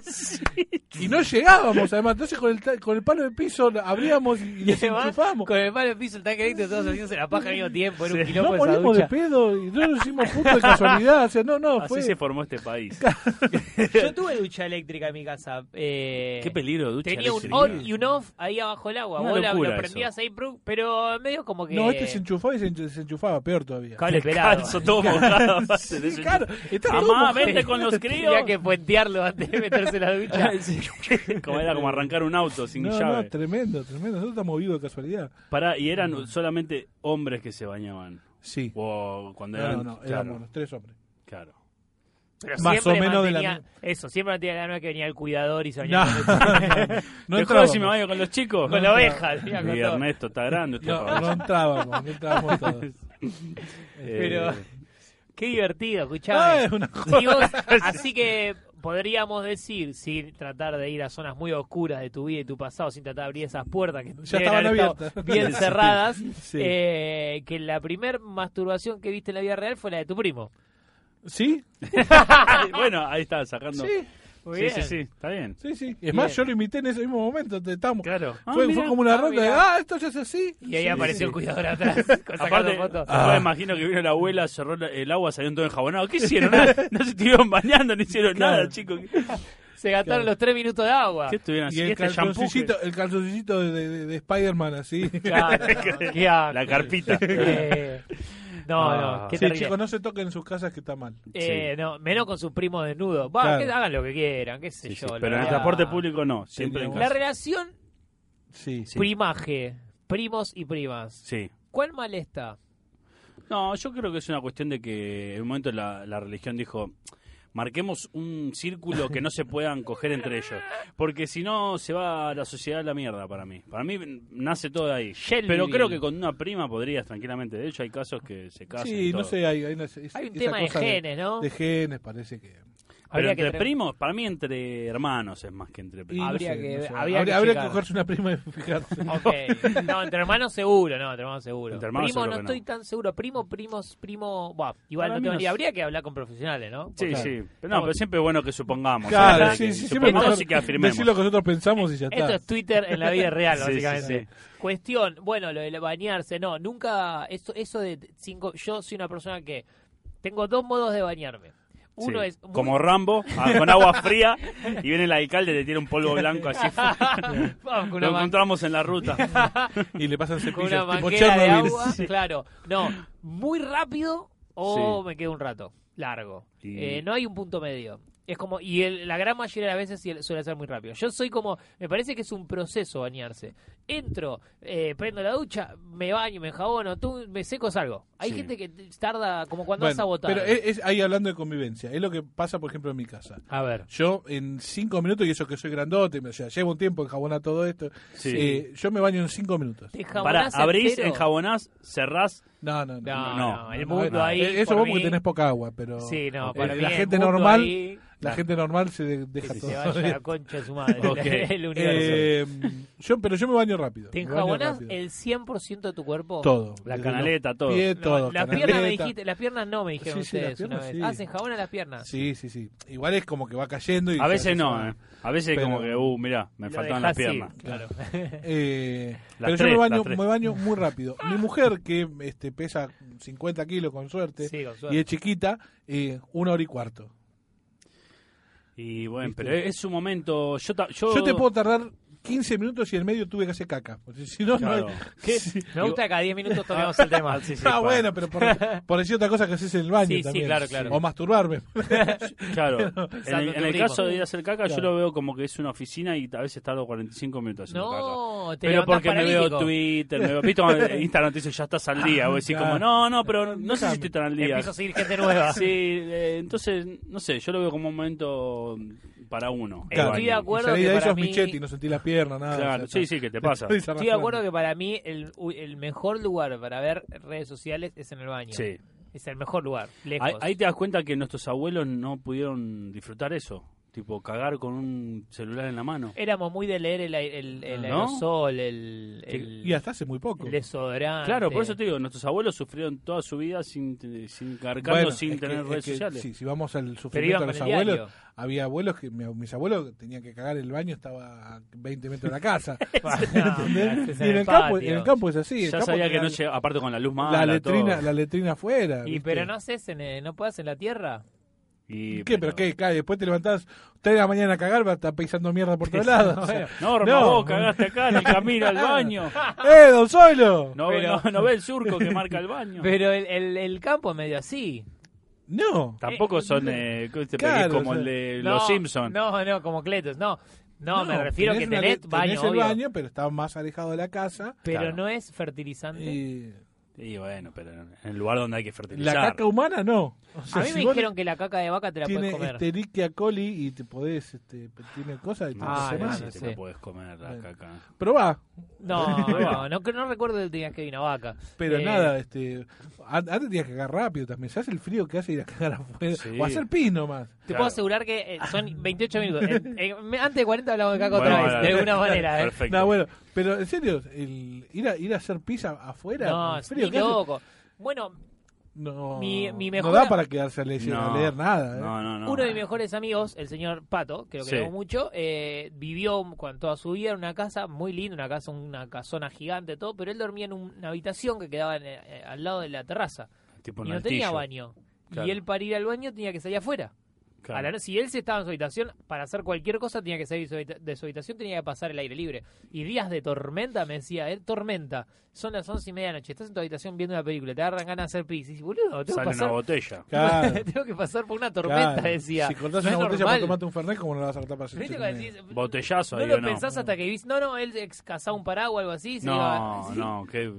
Speaker 3: y no llegábamos, además, entonces con el, ta- con el palo de piso la abríamos y, y
Speaker 1: Y además,
Speaker 3: desenchufábamos.
Speaker 1: con el palo en el piso, el tanque eléctrico, todos haciéndose la paja al mismo tiempo, era un
Speaker 2: Sí.
Speaker 1: quilombo
Speaker 3: No
Speaker 1: esa
Speaker 3: morimos de
Speaker 1: ducha.
Speaker 3: pedo y no nos hicimos punto de casualidad, o sea, no, no,
Speaker 2: Así
Speaker 3: fue...
Speaker 2: se formó este país.
Speaker 1: <laughs> Yo tuve ducha eléctrica en mi casa. eh,
Speaker 2: Qué peligro, ducha.
Speaker 1: Tenía un
Speaker 2: eléctrica.
Speaker 1: on y un off ahí abajo del agua.
Speaker 2: Una
Speaker 1: Vos la-
Speaker 2: locura
Speaker 1: lo prendías ahí, pru- pero medio como que.
Speaker 3: No, este se enchufaba y se enchu- se enchufaba, peor todavía.
Speaker 1: Cable pelado.
Speaker 2: Calzo
Speaker 3: <laughs>
Speaker 2: todo mojado.
Speaker 3: Sí, claro, está todo
Speaker 2: Mamá,
Speaker 3: mojado.
Speaker 2: vente con
Speaker 3: <laughs> Este
Speaker 2: los críos.
Speaker 1: Tenía que puentearlo antes de meterse en la ducha. <laughs>
Speaker 2: como era como arrancar un auto sin
Speaker 3: No,
Speaker 2: llave.
Speaker 3: no, tremendo, tremendo. Nosotros estamos vivos de casualidad.
Speaker 2: Pará, y eran solamente hombres que se bañaban.
Speaker 3: Sí.
Speaker 2: O cuando
Speaker 3: No,
Speaker 2: eran.
Speaker 3: no, no,
Speaker 2: claro,
Speaker 3: éramos los tres hombres.
Speaker 2: claro.
Speaker 1: Pero
Speaker 3: Más
Speaker 1: siempre
Speaker 3: o menos de la
Speaker 1: mantenía- Eso, siempre mantenía la norma que venía el cuidador
Speaker 3: <laughs>
Speaker 1: y se
Speaker 3: No,
Speaker 1: bañaba
Speaker 3: no,
Speaker 1: con el-
Speaker 3: no
Speaker 2: ¿Te jodas
Speaker 3: entrábamos.
Speaker 2: si me baño con los chicos?
Speaker 1: con la oveja. decía, con
Speaker 2: Y
Speaker 1: todo.
Speaker 2: Ernesto está grande. este
Speaker 3: No,
Speaker 2: pavo.
Speaker 3: no entrábamos,
Speaker 1: <laughs>
Speaker 3: no entrábamos todos.
Speaker 2: Eh,
Speaker 1: Pero qué divertido,
Speaker 3: Ah,
Speaker 1: escuchame.
Speaker 3: es una
Speaker 1: Y
Speaker 3: <laughs>
Speaker 1: vos- así que podríamos decir, sin tratar de ir a zonas muy oscuras de tu vida y tu pasado, sin tratar de abrir esas puertas que deben
Speaker 3: estaban
Speaker 1: haber estado
Speaker 3: abiertas.
Speaker 1: bien cerradas,
Speaker 3: Sí.
Speaker 1: eh, que la primer masturbación que viste en la vida real fue la de tu primo.
Speaker 3: ¿Sí?
Speaker 2: Ah, bueno, ahí está, sacando.
Speaker 3: Sí,
Speaker 1: Muy
Speaker 2: sí,
Speaker 1: bien.
Speaker 2: sí, sí, está bien.
Speaker 3: sí, sí. Es más, yo lo imité en ese mismo momento. te- Estábamos.
Speaker 2: Claro. Ah,
Speaker 3: Fue,
Speaker 2: mirá.
Speaker 3: fue como una
Speaker 1: ah,
Speaker 3: ronda de,
Speaker 1: mirá.
Speaker 3: ah, esto ya es así.
Speaker 1: Y ahí
Speaker 3: Sí,
Speaker 1: apareció
Speaker 3: sí. ah,
Speaker 1: el cuidador atrás, con- sacando
Speaker 2: Aparte,
Speaker 1: fotos.
Speaker 2: después imagino que vino la abuela, cerró la- el agua, salió todo enjabonado. ¿Qué hicieron? No, no se estuvieron bañando, no hicieron
Speaker 3: Claro.
Speaker 2: nada, chicos. ¿Qué,
Speaker 1: Se gastaron los tres minutos de agua.
Speaker 2: qué estuvieron
Speaker 3: Y
Speaker 2: haciendo?
Speaker 3: el
Speaker 2: Este shampoo que-
Speaker 3: calzoncillito,
Speaker 1: <laughs>
Speaker 3: el <laughs> calzoncillito de, de- de Spider-Man, así.
Speaker 1: Claro, qué asco.
Speaker 2: La carpita.
Speaker 1: Eh, No,
Speaker 2: Ah.
Speaker 1: no, qué
Speaker 3: Sí,
Speaker 1: terrible.
Speaker 3: chicos, no se toquen en sus casas que está mal.
Speaker 1: Eh, no, menos con sus primos desnudos. Va,
Speaker 3: Claro.
Speaker 1: que hagan lo que quieran, qué sé
Speaker 2: Sí, sí,
Speaker 1: yo. la
Speaker 2: Pero en el
Speaker 1: verdad.
Speaker 2: transporte público no, siempre en
Speaker 3: Tenía
Speaker 1: La
Speaker 2: casa.
Speaker 1: relación
Speaker 3: Sí.
Speaker 2: Sí.
Speaker 1: primaje, primos y primas.
Speaker 2: Sí.
Speaker 1: ¿Cuál mal está?
Speaker 2: No, yo creo que es una cuestión de que en un momento la, la religión dijo, marquemos un círculo que no se puedan coger entre ellos, porque si no se va la sociedad a la mierda para mí. Para mí nace todo de ahí.
Speaker 1: Shelby.
Speaker 2: Pero creo que con una prima podrías tranquilamente. De hecho, hay casos que se casan. y
Speaker 3: Sí, no
Speaker 2: todo.
Speaker 3: sé, hay, hay, una- es-
Speaker 1: Hay un
Speaker 3: esa
Speaker 1: tema de
Speaker 3: cosa
Speaker 1: genes, ¿no?
Speaker 3: De genes, parece que.
Speaker 2: Pero
Speaker 1: Habría que
Speaker 2: entre
Speaker 1: tra-
Speaker 2: primos, para mí entre hermanos es más que entre
Speaker 3: Y no
Speaker 2: primos.
Speaker 1: Habría
Speaker 3: sé,
Speaker 1: que-
Speaker 3: no sé.
Speaker 1: habría que
Speaker 3: Habría- habría que
Speaker 1: checar.
Speaker 3: cogerse una prima y fijarse.
Speaker 1: Ok. No, entre hermanos seguro, no, entre hermanos seguro.
Speaker 2: Entre hermanos
Speaker 1: primo
Speaker 2: seguro
Speaker 1: no
Speaker 2: que no.
Speaker 1: estoy tan seguro. Primo, primos, primo. Buah, igual
Speaker 2: Para
Speaker 1: no
Speaker 2: mí
Speaker 1: tengo
Speaker 2: no
Speaker 1: ni
Speaker 2: sé.
Speaker 1: Habría que hablar con profesionales, ¿no?
Speaker 2: Sí,
Speaker 3: Claro.
Speaker 2: sí. Pero no, pero siempre es bueno que supongamos.
Speaker 3: Claro,
Speaker 2: ¿sabes?
Speaker 3: sí,
Speaker 2: Que
Speaker 3: sí, siempre
Speaker 2: supongamos
Speaker 3: mejor
Speaker 2: y que afirmemos.
Speaker 3: decir lo que nosotros pensamos y ya
Speaker 1: Esto
Speaker 3: está.
Speaker 1: es Twitter en la vida real,
Speaker 2: <laughs> Sí, sí,
Speaker 1: básicamente.
Speaker 2: sí.
Speaker 1: Cuestión, bueno, lo de bañarse, no, nunca, eso, eso de cinco, yo soy una persona que tengo dos modos de bañarme.
Speaker 2: Sí.
Speaker 1: Uno es... muy- <laughs>
Speaker 2: <laughs> Como Rambo, ah, con agua fría, y viene el alcalde, le tira un polvo
Speaker 1: <laughs>
Speaker 2: blanco así.
Speaker 1: Vamos, con una,
Speaker 2: Lo
Speaker 1: man-
Speaker 2: encontramos en
Speaker 1: <laughs>
Speaker 2: la ruta.
Speaker 3: Y le pasan
Speaker 1: con
Speaker 3: cepillos
Speaker 1: una
Speaker 3: tipo
Speaker 1: manguera de
Speaker 3: Chernobyl.
Speaker 1: agua,
Speaker 3: <laughs> Sí.
Speaker 1: claro. No, muy rápido o
Speaker 2: Sí.
Speaker 1: me quedo un rato, largo.
Speaker 2: Y-
Speaker 1: Eh, no hay un punto medio. Es como, y el- la gran mayoría de las veces sí suele ser muy rápido. Yo soy como, me parece que es un proceso bañarse. Entro, eh, prendo la ducha, me baño, me enjabono, tú, me seco, salgo. Hay
Speaker 2: Sí.
Speaker 1: gente que t- tarda como cuando vas a
Speaker 3: Bueno,
Speaker 1: votar.
Speaker 3: pero eh, es, es ahí hablando de convivencia. Es lo que pasa, por ejemplo, en mi casa.
Speaker 1: A ver.
Speaker 3: Yo en cinco minutos, y eso que soy grandote, me- o sea, llevo un tiempo enjabonar todo esto,
Speaker 2: Sí.
Speaker 3: eh, yo me baño en cinco minutos.
Speaker 1: ¿Te
Speaker 2: Para,
Speaker 1: enjabonás
Speaker 2: abrís,
Speaker 1: entero?
Speaker 2: enjabonás, cerrás.
Speaker 3: No, no, no.
Speaker 1: No, no,
Speaker 2: No,
Speaker 1: el
Speaker 3: No,
Speaker 1: mundo
Speaker 3: eh,
Speaker 1: ahí.
Speaker 3: eh, Eso
Speaker 1: por
Speaker 3: vos
Speaker 1: mí,
Speaker 3: porque tenés poca agua, pero
Speaker 1: Sí, no,
Speaker 3: eh,
Speaker 1: para mí
Speaker 3: la
Speaker 1: el
Speaker 3: gente
Speaker 1: mundo
Speaker 3: normal,
Speaker 1: ahí-
Speaker 3: la gente normal se de- deja
Speaker 1: Que
Speaker 3: todo.
Speaker 1: se vaya la concha de su madre.
Speaker 2: <laughs> Ok.
Speaker 1: El universo.
Speaker 3: Eh, yo, pero yo me baño rápido.
Speaker 1: ¿Te
Speaker 3: me baño
Speaker 1: enjabonás
Speaker 3: rápido.
Speaker 1: el 100% de tu cuerpo?
Speaker 3: todo,
Speaker 2: La
Speaker 3: desde los
Speaker 2: canaleta, todo.
Speaker 3: pies,
Speaker 1: No,
Speaker 3: todo,
Speaker 1: la
Speaker 3: canaleta.
Speaker 1: pierna me dijiste, las piernas no me dijeron
Speaker 3: Sí, sí, las
Speaker 1: ustedes una
Speaker 3: piernas
Speaker 1: vez.
Speaker 3: sí.
Speaker 1: Hacen jabón a las piernas.
Speaker 3: Sí, sí, sí. Igual es como que va cayendo y
Speaker 2: A veces no,
Speaker 3: eh.
Speaker 2: ¿eh? A veces
Speaker 3: Pero-
Speaker 2: como que, uh, mirá, me
Speaker 1: Lo
Speaker 2: faltaban las
Speaker 1: dejás
Speaker 2: piernas.
Speaker 1: ir, claro.
Speaker 3: Eh,
Speaker 2: Las
Speaker 3: pero
Speaker 2: tres,
Speaker 3: yo me
Speaker 2: las
Speaker 3: baño,
Speaker 2: tres.
Speaker 3: me baño muy rápido. Mi mujer, que este, pesa 50 kilos con
Speaker 1: <laughs>
Speaker 3: suerte,
Speaker 1: Sí, con suerte.
Speaker 3: y es chiquita, eh, una hora y cuarto.
Speaker 2: Y bueno,
Speaker 3: ¿Viste?
Speaker 2: pero es su momento. Yo, ta- yo,
Speaker 3: Yo te puedo tardar 15 minutos y en medio tuve que hacer caca. porque Si no,
Speaker 2: Claro.
Speaker 3: no hay-
Speaker 2: ¿Qué?
Speaker 3: Sí.
Speaker 1: Me gusta que cada 10 minutos toquemos el
Speaker 3: <laughs>
Speaker 1: tema. Sí,
Speaker 3: Ah, bueno, pero por, por decir otra cosa que haces en el baño
Speaker 1: Sí, sí,
Speaker 3: también.
Speaker 1: claro, claro.
Speaker 3: O masturbarme. <laughs>
Speaker 2: Claro. en
Speaker 1: Pensando en
Speaker 2: el, en
Speaker 1: tu
Speaker 2: el
Speaker 1: primo.
Speaker 2: caso de ir a hacer caca, yo
Speaker 3: Claro.
Speaker 2: lo veo como que es una oficina y a veces tardo 45 minutos haciendo caca.
Speaker 1: No, te
Speaker 2: Pero
Speaker 1: levantás
Speaker 2: porque me veo
Speaker 1: paralítico.
Speaker 2: Twitter, me veo ¿viste cuando
Speaker 1: <laughs>
Speaker 2: Instagram te dice ya estás al día, vos decís
Speaker 3: Claro.
Speaker 2: como no, no, pero no sé si estoy tan al día.
Speaker 1: Empiezo a seguir gente <laughs>
Speaker 3: <laughs>
Speaker 1: nueva.
Speaker 2: Sí, eh, entonces, no sé, yo lo veo como un momento mm, para uno.
Speaker 1: Estoy
Speaker 2: Igual.
Speaker 1: de acuerdo
Speaker 3: Y salí
Speaker 1: que
Speaker 3: de ahí
Speaker 1: para
Speaker 3: sos
Speaker 1: mí-
Speaker 3: Michetti, no sentí las piernas, nada.
Speaker 2: Claro, sí, sí, que
Speaker 3: <laughs>
Speaker 2: te pasa.
Speaker 1: Estoy de acuerdo que para mí el, uy, el mejor lugar para ver redes sociales es en el baño.
Speaker 2: Sí.
Speaker 1: Es el mejor lugar, lejos.
Speaker 2: Ahí, ahí te das cuenta que nuestros abuelos no pudieron disfrutar eso. Tipo, cagar con un celular en la mano.
Speaker 1: Éramos muy de leer el, ai- el, el
Speaker 2: ¿No?
Speaker 1: aerosol, el, el-
Speaker 3: Y hasta hace muy poco.
Speaker 1: el desodorante.
Speaker 2: Claro, por eso te digo, nuestros abuelos sufrieron toda su vida sin, sin cargando,
Speaker 3: Bueno,
Speaker 2: sin
Speaker 3: es que-
Speaker 2: tener
Speaker 3: es
Speaker 2: redes
Speaker 3: que
Speaker 2: sociales.
Speaker 3: Sí, si vamos al
Speaker 1: iban
Speaker 3: sufrimiento de
Speaker 1: con
Speaker 3: los
Speaker 1: el
Speaker 3: abuelos,
Speaker 1: <laughs> diario.
Speaker 3: había abuelos que mi- mis abuelos tenían que cagar el baño, estaba a 20 metros de
Speaker 1: <laughs>
Speaker 3: la casa.
Speaker 1: ¿Entendés?
Speaker 3: y en el, campo, en el campo es así. el
Speaker 2: ya
Speaker 3: campo
Speaker 2: sabía
Speaker 3: tenía
Speaker 2: que no llegaba, aparte con la luz mala.
Speaker 3: la letrina,
Speaker 2: todo.
Speaker 3: la letrina afuera.
Speaker 1: Y
Speaker 3: ¿viste?
Speaker 1: pero no haces en, el- no podés en la tierra.
Speaker 2: Y,
Speaker 3: ¿Qué? ¿Pero qué? Claro, después te levantás 3 de la mañana a cagar, va a estar pisando mierda por
Speaker 1: <laughs>
Speaker 3: todos lados. O sea,
Speaker 2: Norma,
Speaker 3: No.
Speaker 2: vos cagaste acá en el camino
Speaker 3: <laughs>
Speaker 2: al baño.
Speaker 3: ¡Eh, don Zoilo!
Speaker 2: No,
Speaker 1: Pero-
Speaker 2: no, no ve el surco que marca el baño.
Speaker 3: <laughs>
Speaker 1: Pero el, el, el campo es medio así.
Speaker 3: No.
Speaker 2: Tampoco son eh, ¿cómo te pedís?
Speaker 3: claro,
Speaker 2: como
Speaker 3: o sea,
Speaker 2: el de
Speaker 1: No,
Speaker 2: Los Simpsons.
Speaker 1: No, no, como Cletus, no. No,
Speaker 3: No,
Speaker 1: me refiero que
Speaker 3: una
Speaker 1: tenés,
Speaker 3: le-
Speaker 1: baño,
Speaker 3: el
Speaker 1: obvio,
Speaker 3: baño, pero está más alejado de la casa.
Speaker 1: pero
Speaker 2: Claro.
Speaker 1: no es fertilizante.
Speaker 3: Y
Speaker 2: Y bueno, pero en el lugar donde hay que
Speaker 3: la
Speaker 2: fertilizar.
Speaker 3: caca humana no. O
Speaker 1: A
Speaker 3: sea,
Speaker 1: mí
Speaker 3: si
Speaker 1: me
Speaker 3: vos
Speaker 1: dijeron que la caca de vaca te la
Speaker 3: tiene este
Speaker 1: puedes comer.
Speaker 3: Escherichia coli y te podés, este, tiene cosas y te
Speaker 1: Ah,
Speaker 3: hace
Speaker 1: no,
Speaker 3: mal.
Speaker 1: no
Speaker 2: te
Speaker 1: sé.
Speaker 2: la podés comer la
Speaker 3: Bueno.
Speaker 2: caca.
Speaker 3: Probá,
Speaker 1: No, no,
Speaker 3: <laughs>
Speaker 1: no, no recuerdo el día que vi una vaca.
Speaker 3: pero
Speaker 1: Eh,
Speaker 3: nada, este, an- antes tenías que cagar rápido también. Se hace el frío que hace ir a cagar <laughs> afuera.
Speaker 2: Sí.
Speaker 3: O hacer pis nomás.
Speaker 1: Te
Speaker 2: Claro.
Speaker 1: puedo asegurar que eh,
Speaker 2: <laughs>
Speaker 1: son 28 minutos. En- en- antes de 40 hablamos de caca otra vez,
Speaker 2: Bueno, bueno,
Speaker 1: de
Speaker 2: <laughs>
Speaker 1: alguna manera. ¿eh?
Speaker 2: Perfecto.
Speaker 3: No, bueno, pero en serio, el ir a, ir a hacer pis a- afuera, con
Speaker 1: No,
Speaker 3: el
Speaker 1: es
Speaker 3: frío
Speaker 1: ni
Speaker 3: que hace,
Speaker 1: loco. Bueno,
Speaker 3: no,
Speaker 1: Mi- mi
Speaker 3: no
Speaker 1: mejor
Speaker 3: da
Speaker 1: am-
Speaker 3: para quedarse a leer, a leer nada. ¿eh?
Speaker 2: No, no, no.
Speaker 1: Uno de mis mejores amigos, el señor Pato, que lo
Speaker 2: Sí.
Speaker 1: queremos mucho, eh, vivió con toda su vida en una casa muy linda, una casa, una casona gigante, todo, pero él dormía en un- una habitación que quedaba en, eh, al lado de la terraza
Speaker 2: Tipo
Speaker 1: y
Speaker 2: un
Speaker 1: no tenía
Speaker 2: altillo.
Speaker 1: baño.
Speaker 2: Claro.
Speaker 1: Y él para ir al baño tenía que salir afuera.
Speaker 2: Claro.
Speaker 1: A la no- si él se estaba en su habitación, para hacer cualquier cosa tenía que salir de su habita- de su habitación, tenía que pasar el aire libre. Y días de tormenta, me decía él, tormenta. Son las once y media de la noche, estás en tu habitación viendo una película, te agarran ganas de hacer pis. Y dices, boludo, tengo que,
Speaker 2: Sale una
Speaker 1: pasar,
Speaker 2: botella.
Speaker 3: Claro.
Speaker 1: <laughs> tengo que pasar por una <laughs> tormenta,
Speaker 3: claro.
Speaker 1: decía.
Speaker 3: Si cortás
Speaker 1: No es
Speaker 3: una botella
Speaker 1: normal.
Speaker 3: para tomarte un fernet, ¿cómo no la vas a cortar para hacer
Speaker 1: ¿Viste
Speaker 3: chiste
Speaker 1: cuando
Speaker 3: conmigo?
Speaker 1: decís,
Speaker 2: Botellazo
Speaker 1: no
Speaker 2: ahí,
Speaker 1: lo
Speaker 2: ¿o no?
Speaker 1: pensás hasta que viste, no, no, él ex cazaba un paraguas o algo así. se iba-
Speaker 2: No,
Speaker 1: sí.
Speaker 2: <laughs> no, que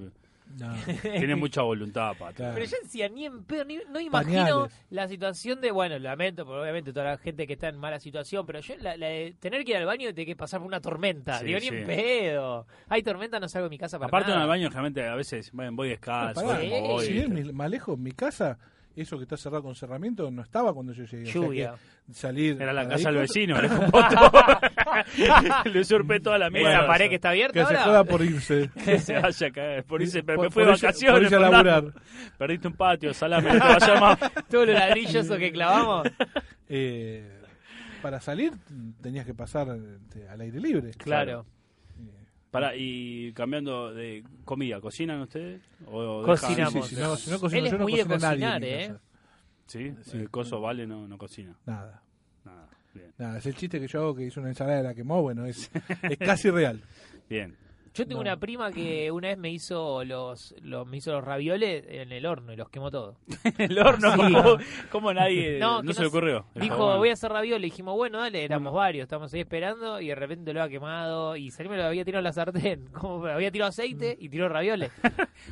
Speaker 3: No.
Speaker 1: <laughs>
Speaker 2: tiene mucha voluntad, Pato.
Speaker 3: Claro.
Speaker 1: Pero yo decía, ni en pedo, ni- no imagino
Speaker 3: Pañales.
Speaker 1: la situación de, bueno, lamento, porque obviamente toda la gente que está en mala situación, pero yo la, la de tener que ir al baño y tener que pasar por una tormenta.
Speaker 2: Sí,
Speaker 1: Digo, ni
Speaker 2: sí.
Speaker 1: en pedo. Hay tormenta, no salgo de mi casa para
Speaker 2: Aparte en
Speaker 1: nada.
Speaker 2: el baño, generalmente a veces bueno, voy descalzo,
Speaker 3: Pará, eh,
Speaker 2: voy como voy,
Speaker 3: si bien
Speaker 2: ¿viste?
Speaker 3: me, me alejo en mi casa, eso que está cerrado con cerramiento no estaba cuando yo llegué. O sea que
Speaker 1: Lluvia.
Speaker 3: salir
Speaker 2: Era
Speaker 3: a
Speaker 2: la casa del
Speaker 3: discoteca-
Speaker 2: vecino, le compró
Speaker 1: <laughs>
Speaker 2: todo. le usurpé toda la mierda.
Speaker 1: Esa pared que está abierta
Speaker 3: Que se
Speaker 1: ahora.
Speaker 3: joda
Speaker 1: <laughs>
Speaker 3: por irse.
Speaker 2: Que se vaya a caer. Por irse, me
Speaker 3: Por-
Speaker 2: fui de
Speaker 3: por irse-
Speaker 2: vacaciones.
Speaker 3: por irse a
Speaker 2: Fernando.
Speaker 3: laburar.
Speaker 2: Perdiste un patio, salame, no te vayas más.
Speaker 1: Todos los ladrillos esos que clavamos.
Speaker 3: Eh, para salir tenías que pasar este, al aire libre.
Speaker 1: Claro.
Speaker 2: Pará, y cambiando de comida, ¿cocinan ustedes? ¿O dejan-
Speaker 1: Cocinamos.
Speaker 3: Sí, sí, si no, si no cocino
Speaker 1: Él es
Speaker 3: yo, no
Speaker 1: muy de
Speaker 3: cocina nadie en
Speaker 1: cocinar,
Speaker 3: mi
Speaker 1: ¿eh?
Speaker 3: casa.
Speaker 2: Sí, sí. El coso vale, no, no cocina.
Speaker 3: Nada.
Speaker 2: Nada. Bien.
Speaker 3: Nada, es el chiste que yo hago que hizo una ensalada de la quemó, bueno, es, es casi real.
Speaker 2: Bien.
Speaker 1: Yo tengo una prima que una vez me hizo los, los me hizo los ravioles en el horno y los quemó todo.
Speaker 2: El horno,
Speaker 1: Sí.
Speaker 2: ¿cómo, cómo nadie.?
Speaker 1: No,
Speaker 2: No,
Speaker 1: que
Speaker 2: se
Speaker 1: no
Speaker 2: le
Speaker 1: se-
Speaker 2: ocurrió. El
Speaker 1: Dijo,
Speaker 2: jabón.
Speaker 1: voy a hacer ravioles. Dijimos, bueno, dale, éramos varios, estamos ahí esperando y de repente lo ha quemado y Salim me lo había tirado en la sartén. <laughs> Como había tirado aceite y tiró
Speaker 2: <laughs>
Speaker 1: ravioles.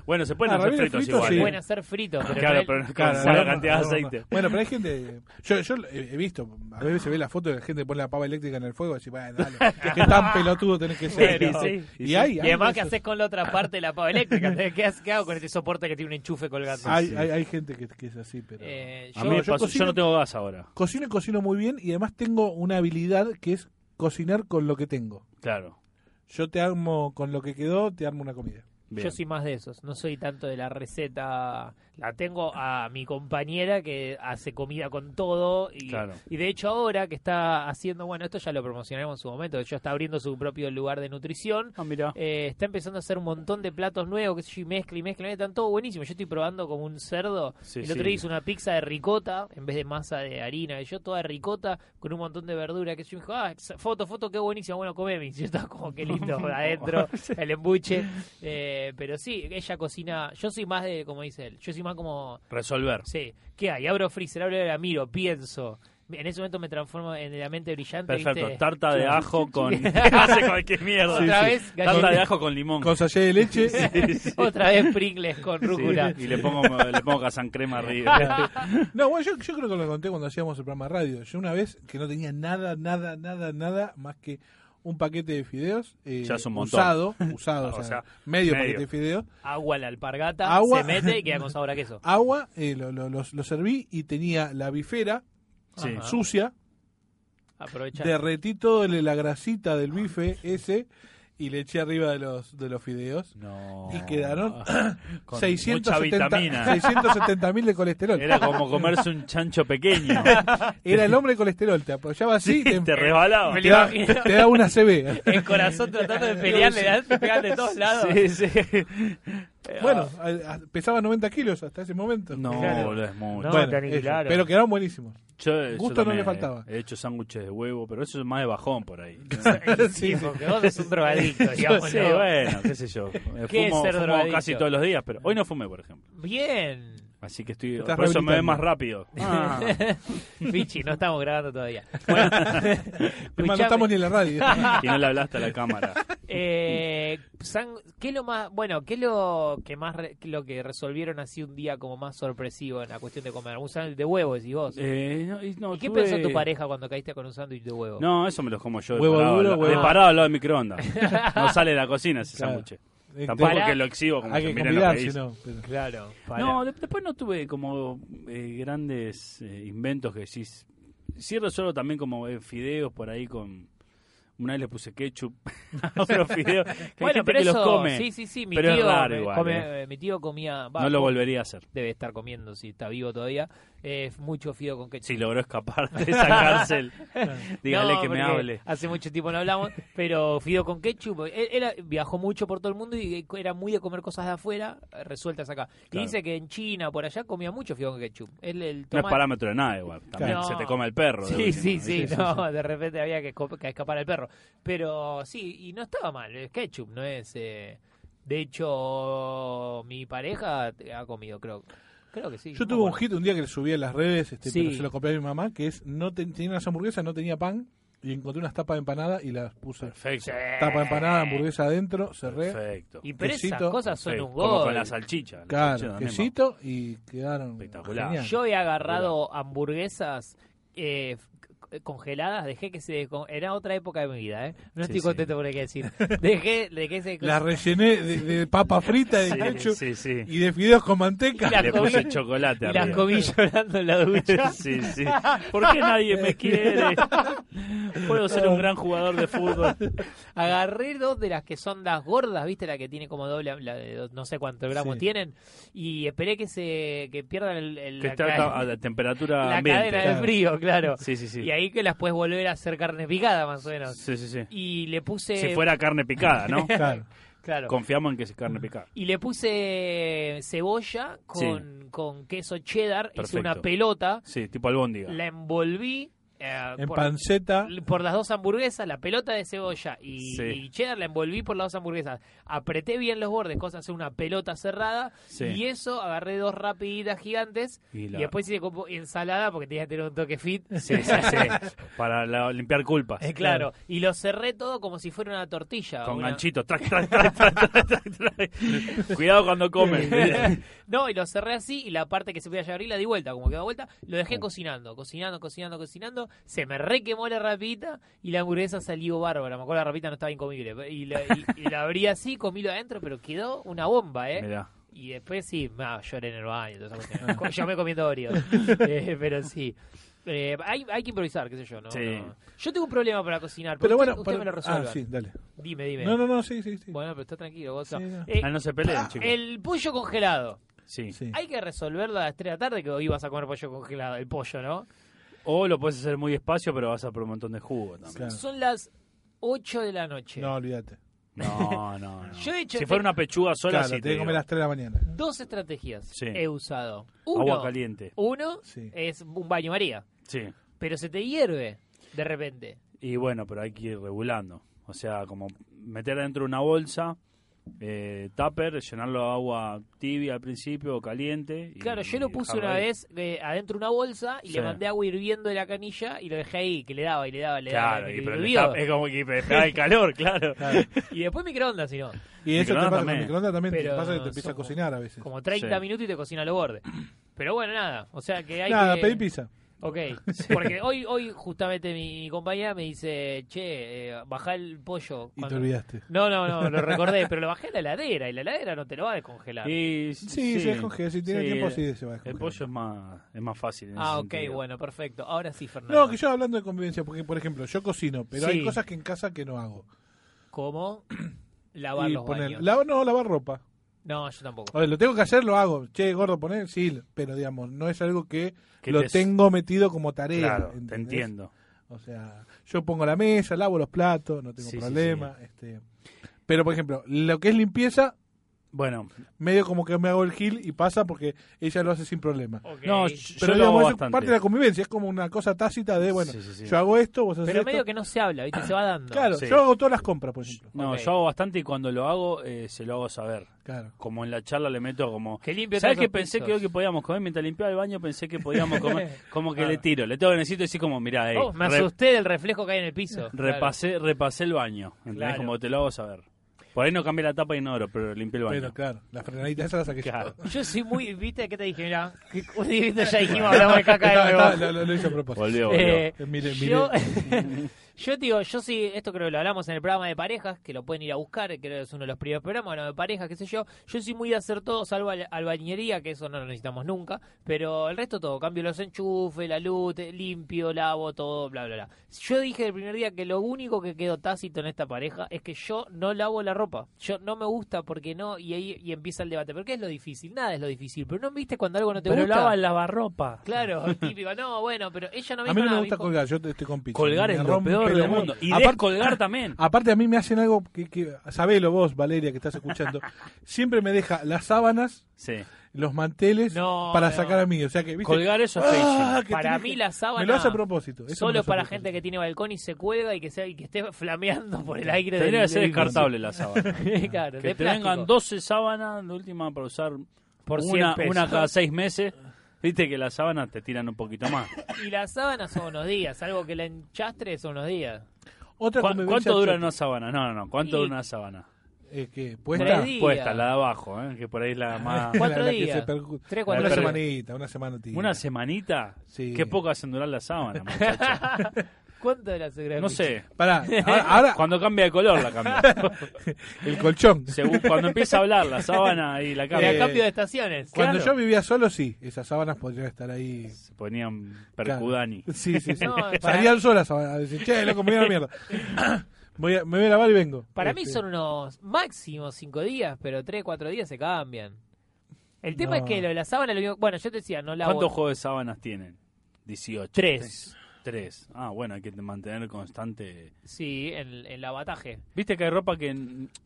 Speaker 2: Bueno, se pueden
Speaker 3: Ah,
Speaker 2: hacer
Speaker 3: ravioles
Speaker 2: fritos
Speaker 3: fritos,
Speaker 2: igual.
Speaker 3: sí.
Speaker 2: ¿eh?
Speaker 1: Pueden hacer fritos, pero,
Speaker 2: Claro,
Speaker 1: él-
Speaker 2: pero no- <laughs> con la
Speaker 3: no, no,
Speaker 2: cantidad de
Speaker 3: no, no.
Speaker 2: aceite.
Speaker 3: Bueno, pero hay gente. Yo, yo eh, he he visto, a veces se ve la foto de la gente que pone la pava eléctrica en el fuego y decís, bueno,
Speaker 2: <laughs>
Speaker 3: dale, es que tan pelotudo tenés que ser.
Speaker 1: Bueno,
Speaker 3: ¿viste?
Speaker 2: sí,
Speaker 3: y
Speaker 2: sí.
Speaker 3: hay,
Speaker 1: Y
Speaker 3: hay
Speaker 1: además,
Speaker 3: de
Speaker 1: ¿qué
Speaker 3: esos-
Speaker 1: haces con la otra parte de la pava eléctrica? ¿Qué, haces- qué hago con este soporte que tiene un enchufe colgando?
Speaker 3: hay, hay, hay gente que, que es así, pero.
Speaker 1: Eh,
Speaker 2: Ah, A
Speaker 1: yo-
Speaker 2: mí me
Speaker 3: yo
Speaker 2: pasó-
Speaker 3: cocino-
Speaker 2: yo no tengo gas ahora.
Speaker 3: Cocino y cocino muy bien y además tengo una habilidad que es cocinar con lo que tengo.
Speaker 2: Claro.
Speaker 3: Yo te armo con lo que quedó, te armo una comida.
Speaker 2: Bien.
Speaker 1: Yo soy más de esos, no soy tanto de la receta. La tengo a mi compañera que hace comida con todo. Y,
Speaker 2: Claro.
Speaker 1: y de hecho, ahora que está haciendo, bueno, esto ya lo promocionaremos en su momento, que ya está abriendo su propio lugar de nutrición.
Speaker 2: Ah, mirá.
Speaker 1: Eh, está empezando a hacer un montón de platos nuevos, que sé yo, y mezcla y mezcla, y están todo buenísimo. Yo estoy probando como un cerdo.
Speaker 2: Sí,
Speaker 1: el otro
Speaker 2: sí.
Speaker 1: día hice una pizza de ricota en vez de masa de harina, y yo toda ricota con un montón de verdura, que sé yo, y me dijo, ah, ex- foto, foto, qué buenísimo, bueno, comeme. Y <laughs> yo estaba como, qué
Speaker 2: <laughs>
Speaker 1: lindo, adentro, el embuche. Eh, pero sí, ella cocina, yo soy más de, como dice él, yo soy más como
Speaker 2: Resolver.
Speaker 1: Sí, ¿qué hay? Abro freezer, abro la miro, pienso. En ese momento me transformo en la mente brillante.
Speaker 2: Perfecto.
Speaker 1: ¿viste?
Speaker 2: Tarta de
Speaker 1: <laughs>
Speaker 2: ajo con. <laughs> Hace cualquier mierda.
Speaker 1: Otra vez,
Speaker 2: Tarta de
Speaker 1: galleta.
Speaker 2: ajo con limón.
Speaker 3: Con sachet de leche.
Speaker 2: <laughs>
Speaker 1: Otra vez Pringles con
Speaker 2: Sí, <laughs>
Speaker 1: rúcula.
Speaker 2: Y le pongo, le pongo casan crema arriba.
Speaker 3: No, bueno, yo, yo creo que lo conté cuando hacíamos el programa de radio. Yo una vez que no tenía nada, nada, nada, nada más que un paquete de fideos eh,
Speaker 2: Ya es un montón.
Speaker 3: usado,
Speaker 2: <laughs>
Speaker 3: usado, o,
Speaker 2: O
Speaker 3: sea,
Speaker 2: sea,
Speaker 3: medio,
Speaker 2: medio.
Speaker 3: paquete de fideos,
Speaker 1: Agua a la alpargata,
Speaker 3: Agua.
Speaker 1: se mete y queda con sabor a queso.
Speaker 3: agua, eh, lo, lo- los- lo serví y tenía la bifera
Speaker 2: Sí.
Speaker 1: Ajá.
Speaker 3: sucia,
Speaker 1: Aprovecha.
Speaker 3: derretí todo el- la grasita del bife ese y le eché arriba de los de los fideos.
Speaker 2: No. Ah,
Speaker 3: Y quedaron <clears throat>
Speaker 2: Con Mucha
Speaker 3: <laughs> 670
Speaker 2: vitamina.
Speaker 3: 670 mil de colesterol. Era,
Speaker 2: Era como comerse un chancho
Speaker 3: <laughs>
Speaker 2: pequeño.
Speaker 3: el hombre de colesterol, te apoyaba así, te,
Speaker 2: Te rebalaba.
Speaker 1: Me
Speaker 3: te da,
Speaker 1: imagino.
Speaker 3: te da
Speaker 2: <laughs>
Speaker 3: una CB.
Speaker 1: El corazón tratando de pelear, le dan, te pegan de todos lados. Eh,
Speaker 2: Sí, sí.
Speaker 3: Bueno, a- a- pesaba 90 kilos hasta ese momento.
Speaker 2: Ah. No,
Speaker 1: Claro.
Speaker 2: boludo, es mucho.
Speaker 1: No,
Speaker 3: Bueno,
Speaker 1: te aniquilaron.
Speaker 3: eso. pero quedaron buenísimos.
Speaker 2: Yo- yo
Speaker 3: gusto no
Speaker 2: también
Speaker 3: le faltaba.
Speaker 2: He hecho sándwiches de huevo, pero eso es más de bajón por
Speaker 3: <laughs>
Speaker 2: ahí.
Speaker 1: oh,
Speaker 2: <laughs>
Speaker 1: Sí, porque vos sos un drogadicto, digamos.
Speaker 2: Sí,
Speaker 1: ¿no?
Speaker 2: bueno, qué sé yo.
Speaker 3: <laughs>
Speaker 2: Eh,
Speaker 1: ¿Qué es
Speaker 2: fumo,
Speaker 1: ser
Speaker 2: fumo
Speaker 1: drogadicto?
Speaker 2: casi todos los días, pero hoy no fumé, por ejemplo.
Speaker 1: Bien.
Speaker 2: Así que estoy.
Speaker 3: Estás
Speaker 2: Por eso me ve
Speaker 3: rehabilitando.
Speaker 2: más
Speaker 3: <laughs>
Speaker 2: rápido. Ah,
Speaker 1: Pichi, no estamos grabando todavía.
Speaker 2: <laughs>
Speaker 3: Es más,
Speaker 1: Escuchame.
Speaker 3: no estamos ni en la radio.
Speaker 2: y no le hablaste a la
Speaker 1: <laughs>
Speaker 2: cámara.
Speaker 1: Eh, san- ¿Qué es lo más, bueno, qué es lo que más, re- lo que resolvieron así un día como más sorpresivo en la cuestión de comer? Un sándwich de huevo, decís vos.
Speaker 2: Eh, no, y no,
Speaker 1: ¿Y qué
Speaker 2: tuve-
Speaker 1: pensó tu pareja cuando caíste con un sándwich de huevo?
Speaker 2: No, eso me los como yo. de
Speaker 3: Huevo
Speaker 2: parado,
Speaker 3: duro,
Speaker 2: al-
Speaker 3: huevo-
Speaker 2: de parado al lado
Speaker 1: <laughs>
Speaker 2: del microondas. No sale de la cocina ese
Speaker 3: Claro.
Speaker 2: sándwich.
Speaker 3: Eh,
Speaker 2: Tampoco
Speaker 1: Pará.
Speaker 2: que lo exhibo como
Speaker 3: Hay
Speaker 2: que
Speaker 3: que
Speaker 2: miren lo que
Speaker 3: convidarse,
Speaker 2: hice.
Speaker 3: ¿no? Pero-
Speaker 1: Claro. para.
Speaker 2: No, de- después no tuve como eh, grandes eh, inventos que decís. Sí resuelvo también como eh, fideos por ahí con Una vez le puse ketchup <laughs> a unos fideos. que hay
Speaker 1: Bueno,
Speaker 2: gente
Speaker 1: pero
Speaker 2: que
Speaker 1: eso,
Speaker 2: los come.
Speaker 1: sí, sí, sí, mi,
Speaker 2: pero es
Speaker 1: tío,
Speaker 2: raro
Speaker 1: eh,
Speaker 2: igual,
Speaker 1: come- eh, mi tío comía, va,
Speaker 2: no lo
Speaker 1: co-
Speaker 2: volvería a hacer.
Speaker 1: debe estar comiendo si está vivo todavía, eh, mucho fideo con ketchup.
Speaker 2: Si logró escapar de
Speaker 1: <laughs>
Speaker 2: esa cárcel, dígale
Speaker 1: No,
Speaker 2: que me
Speaker 1: porque
Speaker 2: hable.
Speaker 1: Hace mucho tiempo no
Speaker 2: <laughs>
Speaker 1: hablamos, pero Fido con ketchup. Él, él viajó mucho por todo el mundo y eh, era muy de comer cosas de afuera eh, resueltas acá. Y
Speaker 2: Claro.
Speaker 1: dice que en China, por allá, comía mucho Fido con ketchup. Él, el
Speaker 2: No es
Speaker 1: tomate-
Speaker 2: parámetro de nada igual. También
Speaker 1: Claro.
Speaker 2: se te come el perro. de
Speaker 1: Sí,
Speaker 2: última,
Speaker 1: sí,
Speaker 2: ¿viste? <laughs>
Speaker 1: sí, no, de repente había que, esco- que escapar al perro. Pero sí, y no estaba mal, es ketchup, no es... eh, De hecho, mi pareja ha comido, creo. Creo que sí.
Speaker 3: Yo
Speaker 1: no
Speaker 3: tuve un
Speaker 1: acuerdo.
Speaker 3: hit un día que le subí a las redes, este,
Speaker 1: Sí.
Speaker 3: pero se lo copié a mi mamá, que es, no ten- tenía unas hamburguesas, no tenía pan, y encontré unas tapas de empanada y las puse.
Speaker 2: Perfecto.
Speaker 3: Tapa de empanada, hamburguesa adentro, cerré,
Speaker 2: Perfecto.
Speaker 1: Y pero esas
Speaker 3: quesito,
Speaker 1: cosas son
Speaker 2: Perfecto.
Speaker 1: un
Speaker 2: Como
Speaker 1: gol.
Speaker 2: con la salchicha. la salchicha
Speaker 3: claro,
Speaker 2: también va.
Speaker 3: quesito, y quedaron
Speaker 2: Espectacular.
Speaker 3: genial.
Speaker 1: Yo he agarrado hamburguesas eh, c- congeladas, dejé que se descon- Era otra época de mi vida, ¿eh? No
Speaker 2: Sí,
Speaker 1: estoy
Speaker 2: sí.
Speaker 1: contento por lo que decir. Dejé, dejé se
Speaker 3: Las rellené de, de papa frita, de
Speaker 2: Sí,
Speaker 3: ketchup
Speaker 2: sí, sí.
Speaker 3: y de fideos con
Speaker 1: Y
Speaker 3: manteca.
Speaker 1: la-
Speaker 2: Le
Speaker 1: comí-
Speaker 2: puse chocolate
Speaker 1: y las
Speaker 2: arriba.
Speaker 1: comí llorando en la ducha.
Speaker 2: <laughs> Sí, sí. ¿Por qué nadie me quiere? Puedo ser un gran jugador
Speaker 1: <laughs>
Speaker 2: de fútbol.
Speaker 1: Agarré dos de las que son las gordas, ¿viste? La que tiene como doble, la de do- no sé cuántos gramos
Speaker 3: Sí.
Speaker 1: tienen. Y esperé que se que pierdan el, el-
Speaker 2: Que
Speaker 1: la,
Speaker 2: está
Speaker 1: ca-
Speaker 2: a la temperatura
Speaker 1: la
Speaker 2: ambiente.
Speaker 1: cadena
Speaker 3: claro.
Speaker 1: de frío, claro.
Speaker 2: Sí, sí, sí.
Speaker 1: Y ahí que las puedes volver a hacer carne picada, más o menos.
Speaker 2: Sí, sí, sí.
Speaker 1: Y le puse...
Speaker 2: Si fuera carne picada, ¿no?
Speaker 3: Claro.
Speaker 1: <laughs> Claro.
Speaker 2: Confiamos en que es carne picada.
Speaker 1: Y le puse cebolla con, con queso cheddar, hice
Speaker 2: Perfecto.
Speaker 1: una pelota,
Speaker 2: Sí, tipo albóndiga.
Speaker 1: la envolví eh,
Speaker 3: En
Speaker 1: por,
Speaker 3: panceta,
Speaker 1: por las dos hamburguesas, la pelota de cebolla y,
Speaker 2: Sí.
Speaker 1: y cheddar, la envolví por las dos hamburguesas. Apreté bien los bordes, cosa de hacer una pelota cerrada,
Speaker 2: Sí.
Speaker 1: y eso agarré dos rapiditas gigantes,
Speaker 2: Y
Speaker 1: y,
Speaker 2: la-
Speaker 1: después hice como ensalada porque tenía que tener un toque fit.
Speaker 2: Sí, sí,
Speaker 1: <laughs>
Speaker 2: sí. Para la- limpiar culpas.
Speaker 1: Eh, claro, y lo cerré todo como si fuera una tortilla.
Speaker 2: Con
Speaker 1: una-
Speaker 2: ganchitos. Trac, trac, trac, trac, trac, trac,
Speaker 1: <laughs>
Speaker 2: trac. Cuidado cuando comen.
Speaker 3: <laughs>
Speaker 1: No, y lo cerré así y la parte que se podía abrir la di vuelta, como que da vuelta, lo dejé cocinando, cocinando, cocinando, cocinando, se me requemó la rapita y la hamburguesa salió bárbara, me acuerdo la rapita no estaba incomible, y la, y- y la abrí así, comí lo adentro, pero quedó una bomba, ¿eh?
Speaker 2: Mirá.
Speaker 1: Y después sí, ma, lloré en el baño, todas esas cuestiones.
Speaker 3: <laughs>
Speaker 1: Co- yo me comiendo Oreos, Eh, pero sí. Eh, hay, hay que improvisar, qué sé yo, ¿no?
Speaker 2: Sí.
Speaker 1: No. Yo tengo un problema para cocinar, pero
Speaker 3: pero
Speaker 1: usted,
Speaker 3: bueno,
Speaker 1: usted
Speaker 3: para-
Speaker 1: me lo
Speaker 3: ah,
Speaker 1: resuelva.
Speaker 3: sí, dale.
Speaker 1: Dime, dime.
Speaker 3: No, no, no, sí, sí, sí.
Speaker 1: Bueno, pero está tranquilo, vos.
Speaker 3: Sí, no.
Speaker 1: Eh,
Speaker 2: Ah, no se peleen, chicos.
Speaker 1: el pollo congelado.
Speaker 2: Sí.
Speaker 3: Sí.
Speaker 1: Hay que resolverlo a las 3 de la tarde que hoy vas a comer pollo congelado, el pollo, ¿no?
Speaker 2: O lo puedes hacer muy despacio, pero vas a por un montón de jugo también.
Speaker 3: Claro.
Speaker 1: Son las 8 de la noche.
Speaker 3: No, olvídate.
Speaker 2: No,
Speaker 1: <laughs>
Speaker 2: no, no.
Speaker 1: Yo he hecho-
Speaker 2: si fuera una pechuga sola,
Speaker 3: Claro,
Speaker 2: sí.
Speaker 3: te
Speaker 2: te
Speaker 3: que comer
Speaker 2: digo.
Speaker 3: a las 3 de la mañana.
Speaker 1: Dos estrategias
Speaker 2: Sí.
Speaker 1: he usado. Uno,
Speaker 2: Agua caliente.
Speaker 1: Uno
Speaker 3: Sí.
Speaker 1: es un baño María,
Speaker 2: Sí.
Speaker 1: pero se te hierve de repente.
Speaker 2: Y bueno, pero hay que ir regulando. O sea, como meter dentro una bolsa, eh, tupper, llenarlo de agua tibia al principio o caliente. y-
Speaker 1: Claro, yo
Speaker 2: y
Speaker 1: lo puse
Speaker 2: dejarlo
Speaker 1: una
Speaker 2: ahí.
Speaker 1: vez eh, adentro una bolsa y le
Speaker 2: Sí.
Speaker 1: mandé agua hirviendo de la canilla y lo dejé ahí, que le daba y le daba, le daba.
Speaker 2: Claro,
Speaker 1: y
Speaker 2: y,
Speaker 1: me
Speaker 2: pero
Speaker 1: hirvió.
Speaker 2: el tupper es como que me pegaba el calor, claro.
Speaker 1: <laughs> Y después microondas, si no.
Speaker 3: Y eso te
Speaker 2: Microondas
Speaker 3: pasa con
Speaker 2: también.
Speaker 3: microondas también.
Speaker 1: Pero
Speaker 3: te pasa que te empieza a
Speaker 1: son como-
Speaker 3: cocinar a veces.
Speaker 1: Como 30
Speaker 2: Sí.
Speaker 1: minutos y te cocina los bordes. Pero bueno, nada. O sea que hay
Speaker 3: Nada,
Speaker 1: que...
Speaker 3: pedí pizza. <laughs>
Speaker 1: Ok, porque hoy, hoy justamente mi compañera me dice, che, eh, bajá el pollo.
Speaker 3: Y te
Speaker 1: cuando-".
Speaker 3: olvidaste.
Speaker 1: No, no, no, lo
Speaker 3: <laughs>
Speaker 1: recordé, pero lo bajé a la heladera y la heladera no te lo va a descongelar.
Speaker 2: Y-
Speaker 3: Sí, se descongela, si tiene tiempo,
Speaker 2: el-
Speaker 3: sí, se va a
Speaker 2: El
Speaker 3: descongelar.
Speaker 2: pollo es más, es más fácil. en
Speaker 1: ah,
Speaker 2: ese
Speaker 1: ok,
Speaker 2: sentido.
Speaker 1: bueno, perfecto. Ahora sí, Fernando.
Speaker 3: No, que yo hablando de convivencia, porque por ejemplo, yo cocino, pero
Speaker 1: Sí.
Speaker 3: hay cosas que en casa que no hago. <clears throat>
Speaker 1: ¿Cómo? Lavar
Speaker 3: Y
Speaker 1: los
Speaker 3: poner-
Speaker 1: baños.
Speaker 3: lava- no, lavar ropa.
Speaker 1: No, yo tampoco.
Speaker 3: A ver, lo tengo que hacer, lo hago. Che, gordo, poner, sí, pero digamos, no es algo que,
Speaker 2: Que
Speaker 3: lo
Speaker 2: te-
Speaker 3: tengo metido como tarea.
Speaker 2: Claro, te
Speaker 3: ¿entendés?
Speaker 2: entiendo.
Speaker 3: O sea, yo pongo la mesa, lavo los platos, no tengo
Speaker 2: Sí, sí,
Speaker 3: problema. Este, pero por ejemplo, lo que es limpieza,
Speaker 2: Bueno,
Speaker 3: medio como que me hago el gil y pasa porque ella lo hace sin problema.
Speaker 1: Ok.
Speaker 2: no, Oh, yo,
Speaker 3: Pero
Speaker 2: yo lo hago
Speaker 3: digamos, es
Speaker 2: bastante.
Speaker 3: parte de la convivencia, es como una cosa tácita de, bueno,
Speaker 2: Sí, sí, sí.
Speaker 3: yo hago esto, vos haces
Speaker 1: pero
Speaker 3: esto.
Speaker 1: medio que no se habla, ¿viste? Se va dando.
Speaker 3: Claro,
Speaker 2: Sí.
Speaker 3: yo hago todas las compras, por ejemplo.
Speaker 2: No,
Speaker 1: Ok.
Speaker 2: yo hago bastante y cuando lo hago, eh, se lo hago saber.
Speaker 3: Claro.
Speaker 2: Como en la charla le meto como...
Speaker 1: Que limpie
Speaker 2: ¿Sabes
Speaker 1: todos
Speaker 2: que
Speaker 1: los
Speaker 2: pensé
Speaker 1: pisos?
Speaker 2: que hoy que podíamos comer? Mientras limpiaba el baño pensé que
Speaker 1: <laughs>
Speaker 2: podíamos comer. Como que le tiro. Le tengo que necesito decir como, mira,
Speaker 1: Ah. Oh, me asusté del reflejo que hay en el piso.
Speaker 2: repasé, repasé el baño. ¿Entendés?
Speaker 1: Claro.
Speaker 2: Como te lo hago saber. Por ahí no cambié la tapa y no oro, pero limpié el baño.
Speaker 3: Pero claro, la frenadita esa la saqué yo.
Speaker 2: Claro.
Speaker 1: Claro. Yo soy muy, ¿viste? ¿Qué te dije? Mirá, que- <laughs> un
Speaker 3: <laughs>
Speaker 1: día ya dijimos, hablamos de caca de
Speaker 3: Está-
Speaker 1: nuevo.
Speaker 3: está- lo, lo- lo hice Eh, a propósito.
Speaker 2: Volvió, volvió.
Speaker 1: Eh,
Speaker 3: Eh, mire,
Speaker 1: yo, Eh, <laughs> Yo te digo, yo sí, esto creo que lo hablamos en el programa de parejas, que lo pueden ir a buscar, creo que es uno de los primeros programas, bueno, de parejas, qué sé yo. Yo soy muy de hacer todo, salvo al- albañería, que eso no lo necesitamos nunca, pero el resto todo, cambio los enchufes, la luz, te- limpio, lavo, todo, bla, bla, bla. Yo dije el primer día que lo único que quedó tácito en esta pareja es que yo no lavo la ropa. Yo no me gusta porque no, y ahí y empieza el debate. ¿Pero qué es lo difícil? Nada es lo difícil, pero no viste cuando algo no te
Speaker 4: Pero
Speaker 1: gusta.
Speaker 4: lava el lavarropa.
Speaker 3: <laughs>
Speaker 1: Claro, típico. No, bueno, pero ella no me
Speaker 3: A
Speaker 1: dijo
Speaker 3: mí no me
Speaker 1: nada,
Speaker 3: gusta
Speaker 1: dijo-
Speaker 3: colgar, yo te- estoy con Pichi.
Speaker 4: Colgar
Speaker 3: Me
Speaker 4: es lo
Speaker 3: rompe
Speaker 4: peor
Speaker 3: el
Speaker 4: del mundo. Y
Speaker 3: Aparte-
Speaker 1: Ah.
Speaker 4: descolgar también.
Speaker 3: Aparte a mí me hacen algo que, que sabelo vos, Valeria, que estás escuchando.
Speaker 1: <laughs>
Speaker 3: Siempre me deja las sábanas,
Speaker 2: Sí.
Speaker 3: los manteles
Speaker 1: No,
Speaker 3: para
Speaker 1: no.
Speaker 3: sacar a mí, o sea que ¿viste?
Speaker 2: Colgar eso es
Speaker 3: Ah, que
Speaker 1: Para
Speaker 3: tenés
Speaker 1: mí
Speaker 3: que-
Speaker 1: la sábana
Speaker 3: Me lo hace a propósito. eso me lo
Speaker 1: solo
Speaker 3: hace a
Speaker 1: para
Speaker 3: propósito.
Speaker 1: gente que tiene balcón y se cuelga y que sea y que esté <laughs> flameando por el aire. del-
Speaker 2: Tendría que ser
Speaker 1: del-
Speaker 2: descartable la sábana.
Speaker 1: <laughs> claro,
Speaker 2: que
Speaker 1: de
Speaker 2: te
Speaker 1: plástico.
Speaker 2: vengan 12 sábanas de última para usar
Speaker 1: Por cien
Speaker 2: una,
Speaker 1: pesos.
Speaker 2: una cada 6 meses. Viste que las sábanas te tiran un poquito
Speaker 3: <laughs>
Speaker 2: más.
Speaker 1: Y las sábanas son unos días, algo que la enchastre son unos días.
Speaker 3: Otra
Speaker 2: ¿Cu-
Speaker 3: convivencia
Speaker 2: ¿Cuánto dura
Speaker 3: chota,
Speaker 2: una sábana? No, no, no. ¿Cuánto
Speaker 1: Y-
Speaker 2: dura una sábana?
Speaker 3: eh, que
Speaker 1: Tres
Speaker 3: puesta
Speaker 1: días.
Speaker 2: Puesta, la de abajo, ¿eh? que por ahí es la más...
Speaker 1: Cuatro
Speaker 3: <laughs> la- la que
Speaker 1: días.
Speaker 3: se percu-
Speaker 1: Tres, cuatro
Speaker 3: una
Speaker 2: días.
Speaker 3: semanita, una semana tiene.
Speaker 2: ¿Una semanita?
Speaker 3: Sí.
Speaker 2: Qué poco hacen durar la
Speaker 3: <laughs>
Speaker 2: sábana, muchacho.
Speaker 1: ¿Cuánto de la seguridad?
Speaker 2: No sé.
Speaker 1: <laughs>
Speaker 3: Pará, ahora, ahora
Speaker 2: Cuando cambia de color la cambia. <laughs>
Speaker 3: el colchón.
Speaker 2: Según cuando empieza a hablar la sábana y la
Speaker 1: Era
Speaker 3: Eh,
Speaker 2: cambia.
Speaker 1: cambio de estaciones.
Speaker 3: Cuando
Speaker 2: claro.
Speaker 3: yo vivía solo, sí, esas sábanas podrían estar ahí.
Speaker 2: Se ponían percudani.
Speaker 3: Claro. Sí, sí, sí.
Speaker 1: No, para-
Speaker 3: Salía al sol a sábana, a decir, che, loco, me voy a la mierda.
Speaker 1: <laughs>
Speaker 3: Voy a- me voy a lavar y vengo.
Speaker 1: Para mí
Speaker 3: Este,
Speaker 1: son unos máximos cinco días, pero tres, cuatro días se cambian. El tema
Speaker 3: No.
Speaker 1: es que lo de la sábana, lo mismo- bueno, yo te decía, no lavo.
Speaker 2: ¿Cuántos juegos de sábanas tienen? 18.
Speaker 1: Tres.
Speaker 2: Tres. Ah, bueno, hay que mantener constante.
Speaker 1: Sí, en, en el abataje.
Speaker 2: Viste que hay ropa que,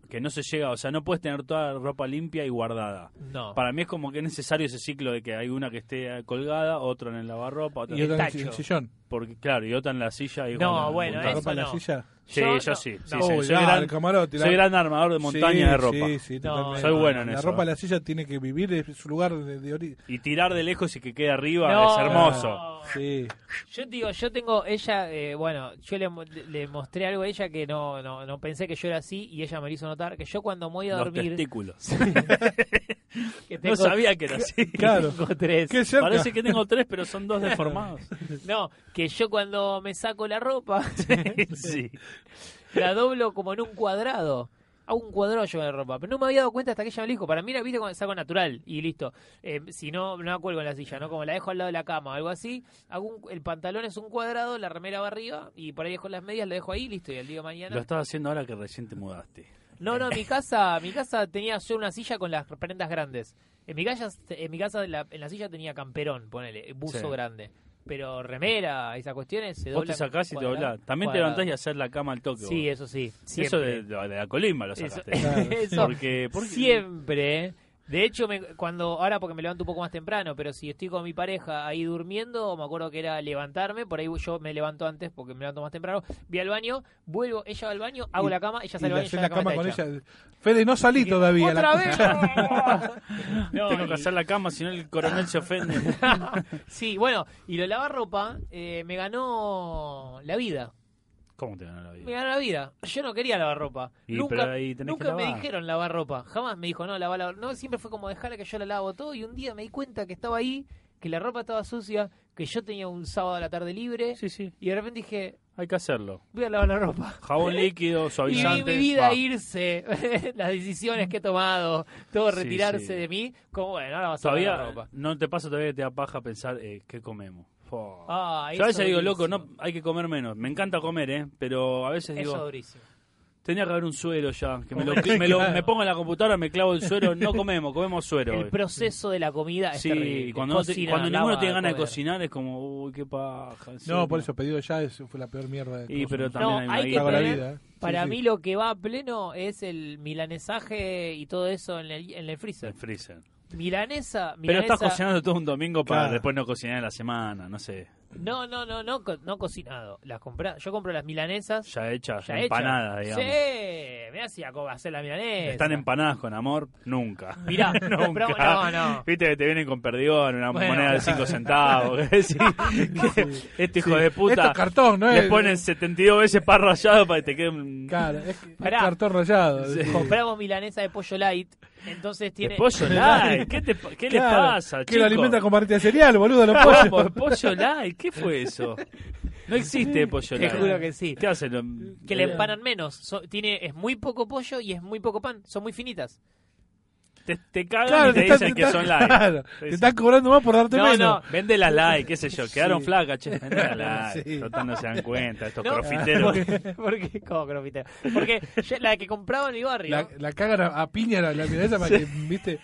Speaker 2: que no se llega, o sea, no puedes tener toda la ropa limpia y guardada.
Speaker 1: No.
Speaker 2: Para mí es como que es necesario ese ciclo de que hay una que esté colgada, otra en el lavarropa, otra
Speaker 3: Y
Speaker 2: en el
Speaker 3: otra en
Speaker 1: tacho.
Speaker 3: el sillón.
Speaker 2: Porque, claro, y otra en la silla. Y
Speaker 1: No,
Speaker 2: otra en el
Speaker 1: bueno,
Speaker 2: montón.
Speaker 1: eso
Speaker 3: ropa en la
Speaker 1: no.
Speaker 3: silla.
Speaker 2: Sí,
Speaker 1: Yo
Speaker 2: yo,
Speaker 1: no-
Speaker 2: sí. sí,
Speaker 1: no.
Speaker 2: sí.
Speaker 3: Uy,
Speaker 2: Soy,
Speaker 3: ah,
Speaker 2: gran,
Speaker 3: el camarote, la-
Speaker 2: soy gran armador de montaña
Speaker 3: Sí,
Speaker 2: de ropa.
Speaker 3: Sí, sí,
Speaker 1: No,
Speaker 3: totalmente.
Speaker 1: soy
Speaker 2: bueno en
Speaker 3: la
Speaker 2: eso.
Speaker 3: ropa de la silla tiene que vivir es su lugar de, de ori-
Speaker 2: Y tirar de lejos y que quede arriba
Speaker 1: No.
Speaker 2: es hermoso.
Speaker 1: No.
Speaker 3: Sí.
Speaker 1: Yo digo, yo tengo, ella, eh, bueno, yo le, mo- le mostré algo a ella que no, no, no pensé que yo era así y ella me lo hizo notar que yo cuando me voy a
Speaker 2: Los
Speaker 1: dormir,
Speaker 2: testículos.
Speaker 1: que tengo,
Speaker 2: No
Speaker 1: <laughs>
Speaker 2: sabía que era así.
Speaker 3: Claro.
Speaker 1: tengo tres.
Speaker 3: Qué cerca.
Speaker 2: Parece que tengo tres, pero son
Speaker 1: <laughs>
Speaker 2: dos deformados.
Speaker 1: No, que yo cuando me saco la ropa, <laughs>
Speaker 2: sí.
Speaker 1: la doblo como en un cuadrado. A un cuadrado yo de ropa. Pero no me había dado cuenta hasta que ella me lo dijo. Para mí la viste cuando saco natural y listo. Eh, si no, no la cuelgo en la silla, ¿no? Como la dejo al lado de la cama o algo así. Hago un- el pantalón es un cuadrado, la remera va arriba y por ahí dejo las medias, la dejo ahí, listo. Y el día de mañana.
Speaker 2: Lo estás haciendo ahora que recién te mudaste.
Speaker 1: No, no, mi casa, mi casa tenía yo una silla con las prendas grandes. En mi casa, en mi casa en la, en la silla tenía camperón, ponele, buzo
Speaker 2: Sí.
Speaker 1: grande. Pero remera, esas cuestiones se
Speaker 2: Vos
Speaker 1: doblan.
Speaker 2: te sacás y te
Speaker 1: cuadrado-
Speaker 2: doblás. También te
Speaker 1: cuadrado.
Speaker 2: levantás y haces la cama al toque.
Speaker 1: Sí,
Speaker 2: vos.
Speaker 1: eso sí.
Speaker 2: Eso
Speaker 1: siempre.
Speaker 2: de, de la colimba lo
Speaker 1: Eso- <laughs>
Speaker 2: sacaste.
Speaker 1: eso
Speaker 2: <laughs> Porque, porque-
Speaker 1: siempre. De hecho, me- cuando ahora porque me levanto un poco más temprano, pero si estoy con mi pareja ahí durmiendo, me acuerdo que era levantarme, por ahí yo me levanto antes porque me levanto más temprano, voy al baño, vuelvo, ella va al baño, hago
Speaker 3: Y-
Speaker 1: la cama, ella
Speaker 3: Y
Speaker 1: sale al
Speaker 3: le
Speaker 1: baño,
Speaker 3: hacés
Speaker 1: ya
Speaker 3: la cama
Speaker 1: está
Speaker 3: con
Speaker 1: hecha.
Speaker 3: ella. Fede, no salí todavía. la
Speaker 1: ¡Otra
Speaker 3: concha.
Speaker 2: <laughs>
Speaker 1: vez! No,
Speaker 2: Tengo
Speaker 1: y-
Speaker 2: que hacer la cama, si no el coronel se ofende.
Speaker 1: <laughs> Sí, bueno, y lo lavarropa eh, me ganó la vida.
Speaker 2: ¿Cómo te ganó la
Speaker 1: Me
Speaker 2: vida?
Speaker 1: ganó la vida. Yo no quería lavar ropa.
Speaker 2: Y,
Speaker 1: nunca
Speaker 2: pero ahí tenés
Speaker 1: nunca
Speaker 2: que
Speaker 1: me
Speaker 2: lavar.
Speaker 1: dijeron lavar ropa. Jamás me dijo, no, lavar la No, siempre fue como dejarla que yo la lavo todo. Y un día me di cuenta que estaba ahí, que la ropa estaba sucia, que yo tenía un sábado a la tarde libre.
Speaker 2: Sí, sí,
Speaker 1: Y de repente dije,
Speaker 2: hay que hacerlo.
Speaker 1: voy a lavar la ropa.
Speaker 2: Jabón
Speaker 1: <laughs> Y
Speaker 2: líquido,
Speaker 1: vi
Speaker 2: suavizante.
Speaker 1: mi vida
Speaker 2: va.
Speaker 1: irse, <laughs> las decisiones que he tomado, todo
Speaker 2: Sí,
Speaker 1: retirarse
Speaker 2: sí.
Speaker 1: de mí, como bueno, ahora vas a lavar la
Speaker 2: Todavía
Speaker 1: ropa.
Speaker 2: no te pasa todavía que te da paja pensar eh, qué comemos. Fua.
Speaker 1: Ah,
Speaker 2: Yo
Speaker 1: eso
Speaker 2: a veces digo,
Speaker 1: durísimo.
Speaker 2: loco, no, hay que comer menos. Me encanta comer, ¿eh? Pero a veces
Speaker 1: Eso
Speaker 2: digo,
Speaker 1: durísimo.
Speaker 2: tenía que haber un suero ya. Que me, lo,
Speaker 3: Hombre,
Speaker 2: me, lo-
Speaker 3: claro.
Speaker 2: me pongo en la computadora, me clavo el suero. No comemos, comemos suero.
Speaker 1: El
Speaker 2: hoy.
Speaker 1: proceso de la comida <laughs> es
Speaker 2: Sí,
Speaker 1: terrible.
Speaker 2: y cuando, no te-
Speaker 1: Cocina,
Speaker 2: cuando ninguno
Speaker 1: lava,
Speaker 2: tiene ganas de
Speaker 1: comer.
Speaker 2: cocinar es como, uy, qué paja. en
Speaker 3: No,
Speaker 2: serio.
Speaker 3: por eso pedido ya es- fue la peor mierda de
Speaker 2: Y,
Speaker 3: cosas.
Speaker 2: pero
Speaker 1: No,
Speaker 2: también
Speaker 1: hay
Speaker 2: hay,
Speaker 1: que
Speaker 3: Cago
Speaker 2: una
Speaker 3: la
Speaker 1: tener-
Speaker 3: vida, eh. Sí,
Speaker 1: Para
Speaker 3: sí.
Speaker 1: mí lo que va a pleno es el milanesaje y todo eso en el, en el freezer.
Speaker 2: El freezer.
Speaker 1: Milanesa,
Speaker 2: Pero
Speaker 1: milanesa.
Speaker 2: estás cocinando todo un domingo para
Speaker 3: Claro.
Speaker 2: después no cocinar en la semana, no sé.
Speaker 1: No, no, no, no, co- no cocinado. Las compra, yo compro las milanesas
Speaker 2: Ya hechas,
Speaker 1: ya
Speaker 2: empanadas,
Speaker 1: hechas.
Speaker 2: digamos.
Speaker 1: Sí, me hacía cómo hacer la milanesa.
Speaker 2: ¿Están empanadas con amor? Nunca.
Speaker 1: <laughs>
Speaker 2: <laughs>
Speaker 1: Mirá,
Speaker 2: nunca.
Speaker 1: compramos- no, no.
Speaker 2: Viste que te vienen con perdigón, una
Speaker 1: Bueno.
Speaker 2: moneda de 5 centavos.
Speaker 1: <laughs>
Speaker 2: que decís, <laughs> que este hijo
Speaker 3: Sí.
Speaker 2: de
Speaker 3: Esto
Speaker 2: puta.
Speaker 3: es cartón, ¿no?
Speaker 2: Le
Speaker 3: Es-
Speaker 2: ponen 72 veces par rayado para que te quede un.
Speaker 3: Claro, es, es
Speaker 1: Pará.
Speaker 3: cartón rayado. sí.
Speaker 1: Compramos milanesa de pollo light, entonces
Speaker 2: De
Speaker 1: tiene <laughs>
Speaker 2: pollo light. ¿Qué, te, qué
Speaker 3: Claro,
Speaker 2: le pasa,
Speaker 3: Que lo
Speaker 2: chico? <laughs>
Speaker 3: alimenta con barrita de cereal, boludo, los pollos.
Speaker 2: Vamos, pollo light. ¿Qué fue eso? No existe pollo
Speaker 1: Te
Speaker 2: helado.
Speaker 1: juro que sí.
Speaker 2: ¿Qué hacen? Lo-
Speaker 1: Que
Speaker 3: Eh,
Speaker 1: le empanan menos. So- tiene, es muy poco pollo y es muy poco pan. Son muy finitas.
Speaker 2: Te, te cagan
Speaker 3: Claro,
Speaker 2: y te,
Speaker 3: te están-
Speaker 2: dicen
Speaker 3: te
Speaker 2: que
Speaker 3: <laughs> están-
Speaker 2: son light.
Speaker 3: claro, te están cobrando más por darte
Speaker 1: No,
Speaker 3: menos.
Speaker 1: no.
Speaker 2: Vende las like, qué sé yo. Quedaron
Speaker 3: Sí.
Speaker 2: flacas,
Speaker 3: <laughs>
Speaker 2: che. Vende las like.
Speaker 3: Sí.
Speaker 2: Total, no se dan cuenta estos
Speaker 1: No,
Speaker 3: <laughs>
Speaker 2: profiteros.
Speaker 1: <laughs> Porque, porque, ¿cómo crofitero? Porque yo- la que compraba en mi barrio.
Speaker 3: La, la cagan a, a piña la, la milanesa para que, viste,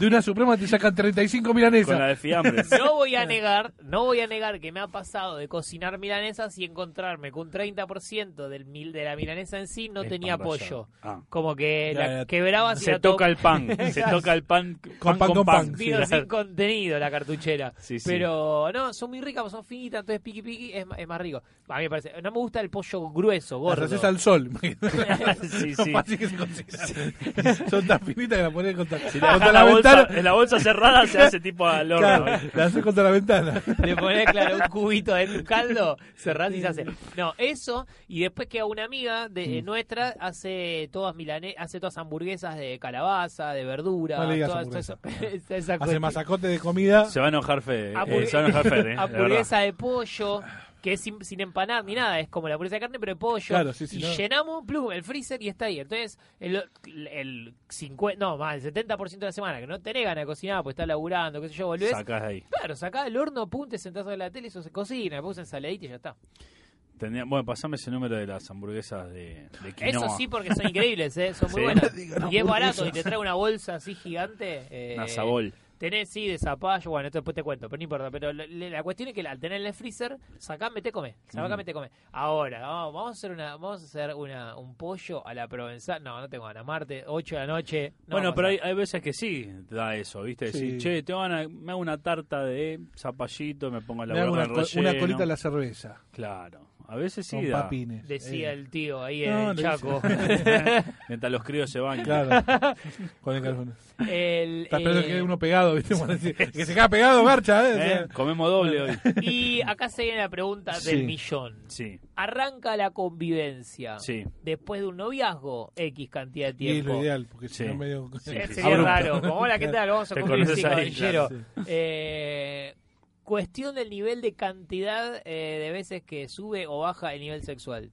Speaker 3: de una suprema te sacan 35
Speaker 2: Con la
Speaker 3: milanesas.
Speaker 2: de
Speaker 3: <laughs>
Speaker 2: fiambres.
Speaker 1: No voy a negar, no voy a negar que me ha pasado de cocinar milanesas y encontrarme que un 30% del mil, de la milanesa en sí no
Speaker 2: Es
Speaker 1: tenía
Speaker 2: pan rallado.
Speaker 1: pollo.
Speaker 2: Ah.
Speaker 1: Como que
Speaker 3: Ya,
Speaker 1: la
Speaker 3: ya.
Speaker 1: quebraba y
Speaker 2: Se
Speaker 1: la
Speaker 2: toca
Speaker 1: to-
Speaker 2: el pan.
Speaker 3: <laughs>
Speaker 2: Se toca el pan
Speaker 3: Con pan, con pan.
Speaker 1: vino
Speaker 2: Sí, <laughs>
Speaker 1: sin contenido la cartuchera.
Speaker 2: Sí, sí.
Speaker 1: Pero no, son muy ricas, son finitas, entonces piqui piqui es, ma- es más rico. A mí me parece, no me gusta el pollo grueso,
Speaker 3: Las
Speaker 1: gordo.
Speaker 3: haces al sol. <laughs>
Speaker 2: Sí,
Speaker 3: Lo
Speaker 2: sí.
Speaker 3: fácil que se cocina. Son tan finitas que las pones contra,
Speaker 2: En la,
Speaker 3: contra la
Speaker 2: bolsa,
Speaker 3: ventana.
Speaker 2: en la bolsa cerrada se hace tipo al horno.
Speaker 3: Claro, las haces contra la ventana. <laughs>
Speaker 1: Le ponés, claro, un cubito de tu caldo, cerrás y se hace. No, eso, y después que una amiga de eh,
Speaker 3: Mm.
Speaker 1: nuestra hace todas milane hace todas hamburguesas de calabaza, de verdura,
Speaker 3: No le digas
Speaker 1: todas, todas <laughs> esas- esa
Speaker 3: Hace
Speaker 1: cuestión.
Speaker 3: masacote de comida.
Speaker 2: Se va a enojar Fede.
Speaker 1: Hamburgue-
Speaker 2: eh, se va a enojar Fede. eh, la
Speaker 1: hamburguesa de pollo, que es sin, sin empanar ni nada, es como la hamburguesa de carne, pero de pollo.
Speaker 3: Claro, sí, sí,
Speaker 1: y
Speaker 3: no.
Speaker 1: llenamos, plum, el freezer y está ahí. Entonces, el, el 50, no, más, el 70% de la semana, que no tenés ganas de cocinar, pues estás laburando, qué sé yo,
Speaker 2: verdad.
Speaker 1: volvés.
Speaker 2: Sacás de ahí.
Speaker 1: Claro, sacá del horno, pum, te sentás sobre la tele, eso se cocina, puse ensaladita y ya está.
Speaker 2: Tendría- bueno, pasame ese número de las hamburguesas de, de quinoa.
Speaker 1: Eso sí, porque son increíbles, ¿eh? son muy
Speaker 2: Sí.
Speaker 3: <laughs>
Speaker 1: buenas.
Speaker 3: No digan
Speaker 1: Y es
Speaker 3: hamburguesas.
Speaker 1: barato, y te trae una bolsa así gigante. Eh,
Speaker 2: Una sabol.
Speaker 1: Tenés, sí, de zapallo, bueno, esto después te cuento, pero no importa. Pero la, la- la cuestión es que al tener en el freezer, sacá, mete, come. Sacá,
Speaker 3: Mm.
Speaker 1: mete, come. Ahora, vamos, vamos a hacer, una, vamos a hacer una, un pollo a la provenzal. No, no tengo ganas. Marte, 8 de la noche. no va
Speaker 2: bueno,
Speaker 1: a
Speaker 2: pero hay,
Speaker 1: pasar.
Speaker 2: hay veces que sí da eso, ¿viste?
Speaker 3: Sí.
Speaker 2: Decís, che, te van a, me hago una tarta de zapallito, me pongo la
Speaker 3: Me hago una,
Speaker 2: relleno.
Speaker 3: col- una colita a la cerveza.
Speaker 2: Claro, a veces sí
Speaker 3: con
Speaker 2: da.
Speaker 3: <laughs> papines.
Speaker 1: Decía
Speaker 3: Eh,
Speaker 1: el tío ahí en
Speaker 3: No,
Speaker 1: el
Speaker 3: le <laughs>
Speaker 1: Chaco.
Speaker 2: <laughs> Mientras los críos se van.
Speaker 3: Claro. Con el
Speaker 1: Eh,
Speaker 3: calzón.
Speaker 1: El,
Speaker 3: Está esperando
Speaker 1: eh,
Speaker 3: que quede uno pegado, ¿viste? Bueno, sí. que se queda pegado, marcha, ¿eh? O sea,
Speaker 2: <laughs> ¿Eh? Comemos doble hoy.
Speaker 1: Y acá se viene la pregunta
Speaker 3: Sí.
Speaker 1: del millón.
Speaker 2: Sí,
Speaker 1: Arranca la convivencia.
Speaker 2: Sí.
Speaker 1: Después de un noviazgo, X cantidad de
Speaker 3: Y es
Speaker 1: tiempo.
Speaker 3: lo ideal, porque si
Speaker 2: Sí.
Speaker 3: no medio... <laughs>
Speaker 2: Sí,
Speaker 1: Eh,
Speaker 2: sí,
Speaker 1: Sería
Speaker 2: Abrupto.
Speaker 1: raro. Como, hola, ¿qué tal? Vamos a
Speaker 2: Te
Speaker 1: convivir, sí,
Speaker 2: conoces ahí,
Speaker 1: caballero.
Speaker 3: claro,
Speaker 1: Eh, cuestión del nivel de cantidad eh, de veces que sube o baja el nivel sexual.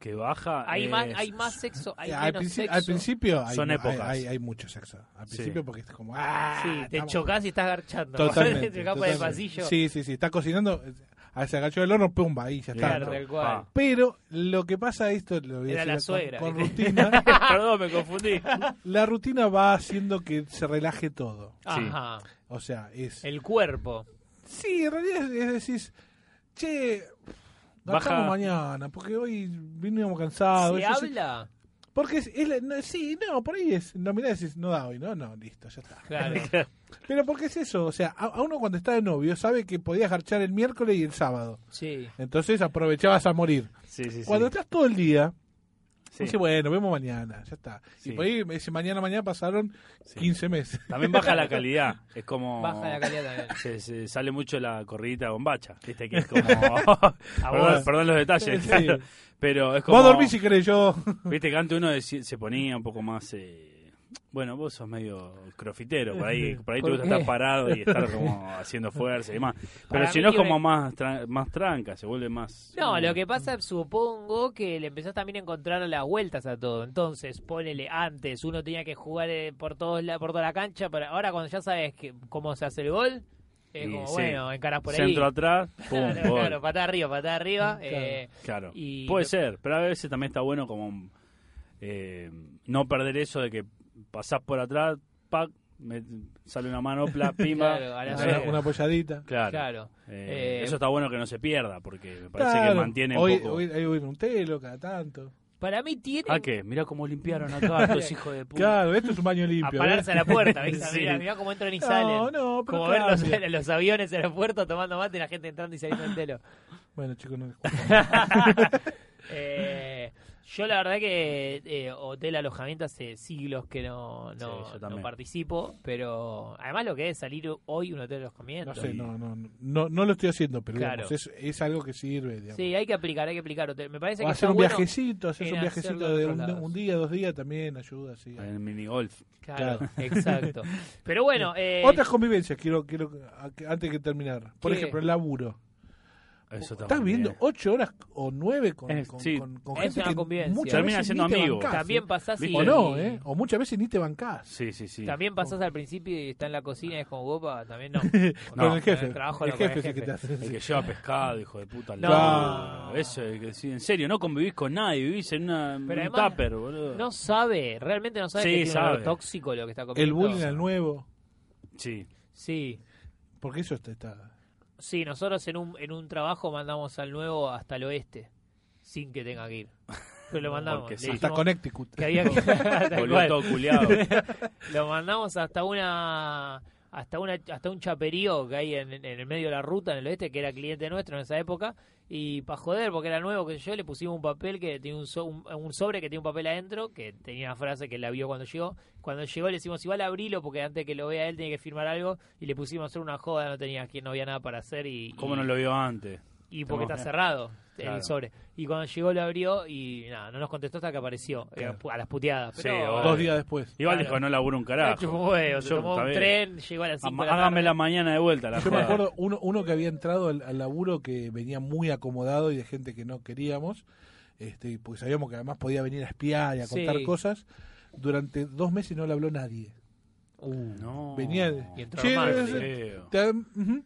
Speaker 2: que baja.
Speaker 1: Hay,
Speaker 2: eh,
Speaker 1: más,
Speaker 2: <laughs>
Speaker 1: hay más sexo, hay
Speaker 3: Eh, al,
Speaker 1: menos
Speaker 3: princi-
Speaker 1: sexo.
Speaker 3: al principio hay,
Speaker 2: Son
Speaker 3: hay-
Speaker 2: épocas.
Speaker 3: Hay, hay mucho sexo. Al
Speaker 2: Sí.
Speaker 3: principio porque es como...
Speaker 1: Sí,
Speaker 3: ¡Ah,
Speaker 1: te
Speaker 3: estamos-
Speaker 1: chocás y estás garchando.
Speaker 3: Totalmente.
Speaker 1: <laughs> te chocás por el
Speaker 3: totalmente.
Speaker 1: pasillo.
Speaker 3: Sí, sí, sí. Está cocinando, eh, ah, se agachó el horno, pumba, ahí ya está.
Speaker 1: Claro,
Speaker 2: Tanto.
Speaker 1: tal cual.
Speaker 2: Ah.
Speaker 3: Pero lo que pasa, esto lo voy a
Speaker 1: Era
Speaker 3: decir
Speaker 1: la
Speaker 3: con-
Speaker 1: suegra.
Speaker 3: con
Speaker 1: <laughs>
Speaker 3: rutina,
Speaker 2: Perdón, me confundí.
Speaker 3: la rutina va haciendo que se relaje todo.
Speaker 2: Ah,
Speaker 1: Ajá.
Speaker 3: O sea, es...
Speaker 1: El cuerpo.
Speaker 3: Sí, en realidad es, es decir, che,
Speaker 2: Baja-
Speaker 3: bajamos mañana, porque hoy vinimos cansados.
Speaker 1: ¿Se
Speaker 3: Ah, eso sí. <laughs>
Speaker 1: habla?
Speaker 3: Porque es, es la- no, sí, no, por ahí es, no mirá, decís, no da hoy, no, no, listo, ya está.
Speaker 1: Claro.
Speaker 3: Pero porque es eso, o sea, a, a uno cuando está de novio sabe que podías garchar el miércoles y el sábado.
Speaker 1: Sí.
Speaker 3: Entonces aprovechabas a morir.
Speaker 2: Sí, sí, sí.
Speaker 3: Cuando estás todo el día,
Speaker 2: Sí.
Speaker 3: dices, bueno, vemos mañana, ya está.
Speaker 2: Sí.
Speaker 3: Y por ahí me dice, mañana, mañana pasaron
Speaker 2: <laughs>
Speaker 3: 15 meses.
Speaker 2: También baja la calidad. Es como.
Speaker 1: Baja la calidad también.
Speaker 2: Se, se sale mucho la corridita de bombacha. Viste que es como. perdón, perdón los detalles.
Speaker 3: Sí.
Speaker 2: claro. Pero es como.
Speaker 3: Vos dormís si querés, yo...
Speaker 2: Viste que antes uno deci- se ponía un poco más. eh, Bueno, vos sos medio crofitero, por ahí, por ahí te
Speaker 1: ¿Por
Speaker 2: gusta
Speaker 1: qué?
Speaker 2: estar parado y estar como haciendo fuerza y demás. Pero
Speaker 1: Para
Speaker 2: si
Speaker 1: mí
Speaker 2: no es
Speaker 1: que
Speaker 2: como
Speaker 1: me-
Speaker 2: más, tra- más tranca, se vuelve más...
Speaker 1: No, lo que pasa, supongo que le empezás también a encontrar las vueltas a todo. Entonces, ponele, antes uno tenía que jugar eh, por, todos la, por toda la cancha, pero ahora cuando ya sabes que, cómo se hace el gol, es
Speaker 2: Y
Speaker 1: como,
Speaker 2: sí.
Speaker 1: bueno, encarás por
Speaker 2: Centro
Speaker 1: ahí.
Speaker 2: atrás, pum,
Speaker 1: <laughs> claro,
Speaker 2: gol.
Speaker 1: claro, patada arriba, patada arriba. eh,
Speaker 2: Claro.
Speaker 1: Y
Speaker 2: Puede
Speaker 1: lo-
Speaker 2: ser, pero a veces también está bueno como eh, no perder eso de que pasás por atrás, pac, me- sale
Speaker 1: <laughs>
Speaker 2: una manopla, pima.
Speaker 1: Claro, a la
Speaker 3: <laughs> Una,
Speaker 1: suegra.
Speaker 2: eh,
Speaker 3: una apoyadita.
Speaker 2: claro.
Speaker 1: Claro.
Speaker 2: Eh,
Speaker 1: Eh,
Speaker 2: eso está bueno que no se pierda, porque me parece que
Speaker 3: Claro.
Speaker 2: mantiene
Speaker 3: hoy,
Speaker 2: un poco...
Speaker 3: Hoy, hoy viene un telo cada tanto.
Speaker 1: Para mí tiene
Speaker 2: ¿A Ah, qué? Mirá cómo limpiaron acá
Speaker 3: <laughs>
Speaker 2: estos hijos de puta.
Speaker 3: Claro, esto es un baño
Speaker 1: a
Speaker 3: limpio.
Speaker 1: pararse
Speaker 3: ¿eh?
Speaker 1: a la
Speaker 2: <laughs>
Speaker 1: puerta, ¿viste?
Speaker 2: Sí.
Speaker 1: Mirá, mirá cómo entran y salen.
Speaker 3: no, pero
Speaker 1: como ver los, <laughs>
Speaker 3: cambia.
Speaker 1: los aviones en el puerto tomando mate y la gente entrando y saliendo del telo.
Speaker 3: Bueno,
Speaker 2: <laughs>
Speaker 3: chicos, no les
Speaker 1: Eh, yo la verdad que eh, hotel alojamiento hace siglos que no, no,
Speaker 2: Sí, yo
Speaker 1: no
Speaker 2: también.
Speaker 1: participo, pero además lo que es salir hoy un hotel alojamiento.
Speaker 3: No sé, no, no, no, no lo estoy haciendo, pero
Speaker 1: Claro.
Speaker 3: digamos, es, es algo que sirve. digamos.
Speaker 1: Sí, hay que aplicar, hay que aplicar hotel. Me parece
Speaker 3: o
Speaker 1: que
Speaker 3: hacer
Speaker 1: está
Speaker 3: un
Speaker 1: bueno-
Speaker 3: viajecito, hacer
Speaker 1: en
Speaker 3: un viajecito
Speaker 1: hacerlo en
Speaker 3: de
Speaker 1: otros
Speaker 3: un,
Speaker 1: lados.
Speaker 3: un día, dos días también ayuda. Sí.
Speaker 2: En el minigolf.
Speaker 1: Claro,
Speaker 3: <laughs>
Speaker 1: exacto. Pero bueno, eh,
Speaker 3: Otras convivencias quiero, quiero a- que- antes que terminar. Por
Speaker 1: ¿Qué?
Speaker 3: ejemplo, el laburo.
Speaker 2: Eso
Speaker 3: Estás
Speaker 2: también.
Speaker 3: viviendo ocho horas o nueve con,
Speaker 2: Es-
Speaker 3: con,
Speaker 2: sí.
Speaker 3: con- con
Speaker 1: Es
Speaker 3: gente
Speaker 1: una
Speaker 3: que
Speaker 1: convivencia.
Speaker 3: muchas
Speaker 2: Termina
Speaker 3: veces
Speaker 2: siendo
Speaker 3: ni te
Speaker 2: amigo.
Speaker 3: bancás,
Speaker 1: También pasás y-
Speaker 3: O no, ¿eh? O muchas veces ni te bancás.
Speaker 2: Sí, sí, sí.
Speaker 1: También pasás al principio y está en la cocina y es como gopa, también
Speaker 3: <laughs>
Speaker 1: no.
Speaker 3: con el jefe.
Speaker 1: el trabajo
Speaker 3: el
Speaker 1: no, con
Speaker 3: jefe
Speaker 1: el
Speaker 3: es el que te hace.
Speaker 2: El que lleva pescado, hijo de puta.
Speaker 1: No.
Speaker 2: No. Eso, es que sí, en serio, no convivís con nadie, vivís en una,
Speaker 1: Pero
Speaker 2: en un
Speaker 1: además,
Speaker 2: tupper, boludo.
Speaker 1: No sabe, realmente no sabe
Speaker 2: Sí,
Speaker 1: que tiene un olor
Speaker 2: sabe.
Speaker 1: tóxico lo que está comiendo.
Speaker 3: El bullying al nuevo.
Speaker 2: Sí.
Speaker 1: Sí.
Speaker 3: Porque eso está. está-
Speaker 1: Sí, nosotros en un, en un trabajo mandamos al nuevo hasta el oeste, sin que tenga que ir. Pero lo mandamos.
Speaker 2: Porque
Speaker 1: le
Speaker 2: sí.
Speaker 1: dijimos
Speaker 3: Hasta Connecticut.
Speaker 1: que había que- <laughs> tal
Speaker 2: Boludo
Speaker 1: cual.
Speaker 2: todo
Speaker 1: <laughs>
Speaker 2: culiado.
Speaker 1: Lo mandamos hasta una hasta una hasta un chaperío que hay en, en el medio de la ruta en el oeste que era cliente nuestro en esa época y para joder porque era nuevo que yo le pusimos un papel que tiene un, so- un, un sobre que tiene un papel adentro que tenía una frase que la vio cuando llegó cuando llegó le decimos igual abrilo porque antes que lo vea él tiene que firmar algo y le pusimos hacer una joda no tenía que no había nada para hacer y
Speaker 2: ¿Cómo
Speaker 1: y-
Speaker 2: no lo vio antes?
Speaker 1: y porque
Speaker 2: Estamos
Speaker 1: está
Speaker 2: bien.
Speaker 1: cerrado
Speaker 2: Claro.
Speaker 1: el sobre. Y cuando llegó lo abrió y nada, no nos contestó hasta que apareció. eh, A las puteadas.
Speaker 2: Sí,
Speaker 1: Pero,
Speaker 2: obvio.
Speaker 3: Dos días después.
Speaker 2: Igual
Speaker 1: Claro.
Speaker 2: dijo, no laburo un
Speaker 1: Ay,
Speaker 2: carajo.
Speaker 1: chupó huevo, se
Speaker 2: Yo,
Speaker 1: tomó
Speaker 2: está
Speaker 1: un
Speaker 2: bien. Ah,
Speaker 1: tren, llegó a las 5 de la
Speaker 2: Hágame
Speaker 1: tarde.
Speaker 2: la mañana de vuelta. La
Speaker 3: Yo me
Speaker 2: joda.
Speaker 3: acuerdo uno, uno que había entrado al, al laburo que venía muy acomodado y de gente que no queríamos, este, porque sabíamos que además podía venir a espiar y a contar
Speaker 1: Sí.
Speaker 3: cosas. Durante dos meses no le habló nadie.
Speaker 2: No.
Speaker 3: Venía de-
Speaker 1: Y
Speaker 2: Qué
Speaker 1: entró
Speaker 3: Che,
Speaker 1: normal,
Speaker 3: eh,
Speaker 1: sí.
Speaker 2: feo.
Speaker 3: te- ujú,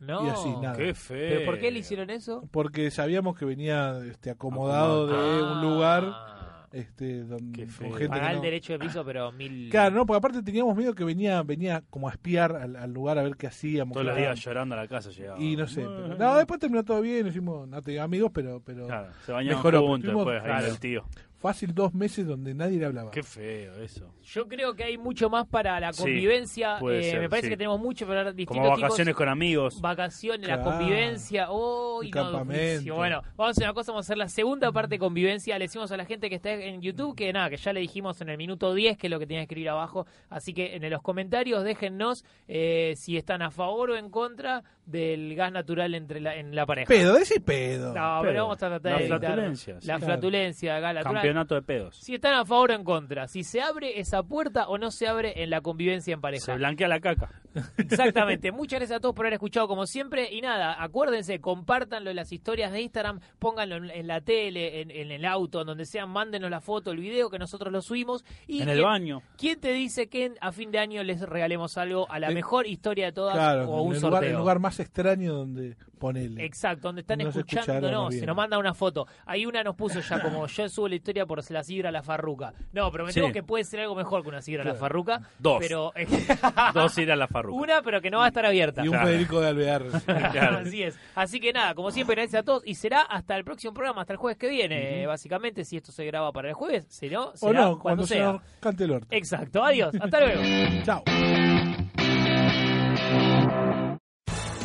Speaker 1: No. Eh.
Speaker 3: y así, nada.
Speaker 2: Qué feo.
Speaker 1: ¿Pero por qué le hicieron eso?
Speaker 3: porque sabíamos que venía este, acomodado de un lugar
Speaker 1: Ah,
Speaker 3: este,
Speaker 2: Qué
Speaker 3: donde,
Speaker 2: feo.
Speaker 3: con gente
Speaker 1: Pagá
Speaker 3: que
Speaker 1: el
Speaker 3: no-
Speaker 1: derecho de piso, pero mil.
Speaker 3: Claro, no, porque aparte teníamos miedo que venía venía como a espiar al, al lugar a ver qué hacíamos.
Speaker 2: Todos
Speaker 3: qué
Speaker 2: los días
Speaker 3: hacíamos.
Speaker 2: llorando a la casa llegaba.
Speaker 3: Y no sé. pero- no, después terminó todo bien, hicimos, no te digo amigos, pero, pero
Speaker 2: Claro, se bañaban
Speaker 3: Mejoró,
Speaker 2: juntos
Speaker 3: estuvimos-
Speaker 2: después, ahí
Speaker 3: claro.
Speaker 2: el tío.
Speaker 3: fácil dos meses donde nadie le hablaba.
Speaker 2: Qué feo eso.
Speaker 1: Yo creo que hay mucho más para la
Speaker 2: Sí,
Speaker 1: convivencia.
Speaker 2: puede
Speaker 1: eh,
Speaker 2: ser,
Speaker 1: me parece
Speaker 2: sí.
Speaker 1: que tenemos mucho para hablar de distintos
Speaker 2: Como vacaciones
Speaker 1: tipos.
Speaker 2: con amigos.
Speaker 1: Vacaciones, la
Speaker 3: Claro.
Speaker 1: convivencia. Oh,
Speaker 3: El
Speaker 1: y no,
Speaker 3: campamento.
Speaker 1: buenísimo. Bueno, vamos a hacer una cosa, vamos a hacer la segunda parte de convivencia. Le decimos a la gente que está en YouTube que nada, que ya le dijimos en el minuto 10 que es lo que tiene que escribir abajo. Así que en los comentarios déjennos eh, si están a favor o en contra del gas natural entre la, en la pareja.
Speaker 3: Pedo, decí pedo.
Speaker 1: No, pero,
Speaker 2: Pero,
Speaker 1: vamos a tratar
Speaker 2: la
Speaker 1: de evitar-
Speaker 2: flatulencia, sí,
Speaker 1: La
Speaker 3: claro.
Speaker 1: flatulencia, gas natural.
Speaker 2: Campeonato de pedos.
Speaker 1: Si están a favor o en contra, si se abre esa puerta o no se abre en la convivencia en pareja.
Speaker 2: Se blanquea la caca.
Speaker 1: Exactamente. Muchas gracias a todos por haber escuchado como siempre. Y nada, acuérdense, compártanlo en las historias de Instagram, pónganlo en, en la tele, en, en el auto, en donde sea, mándenos la foto, el video que nosotros lo subimos. Y
Speaker 2: En el
Speaker 1: quién-
Speaker 2: baño.
Speaker 1: ¿Quién te dice que en- a fin de año les regalemos algo a la
Speaker 3: Eh,
Speaker 1: mejor historia de todas
Speaker 3: Claro,
Speaker 1: o un
Speaker 3: el,
Speaker 1: sorteo?
Speaker 3: lugar, el lugar más extraño donde ponele.
Speaker 1: Exacto, donde están
Speaker 3: Nos escucharon,
Speaker 1: escuchándonos,
Speaker 3: nos
Speaker 1: se
Speaker 3: vieron.
Speaker 1: nos manda una foto. Ahí una nos puso ya como yo subo la historia por la sidra a la farruca. No, prometemos
Speaker 2: Sí.
Speaker 1: que puede ser algo mejor que una sidra a la
Speaker 3: Claro.
Speaker 1: farruca.
Speaker 2: Dos.
Speaker 1: Pero <laughs>
Speaker 2: Dos ir a la farruca.
Speaker 1: una, pero que no va a estar abierta.
Speaker 3: y un
Speaker 2: Claro.
Speaker 3: Federico
Speaker 1: <laughs>
Speaker 3: de Alvear.
Speaker 2: Claro.
Speaker 1: Así es. Así que nada, como siempre, gracias a todos. Y será hasta el próximo programa, hasta el jueves que viene, básicamente, si esto se graba para el jueves. Si no,
Speaker 3: o
Speaker 1: será
Speaker 3: no,
Speaker 1: cuando,
Speaker 3: cuando se
Speaker 1: sea. Eh.
Speaker 3: nos cante el orto.
Speaker 1: Exacto. Adiós. Hasta luego.
Speaker 3: Chao.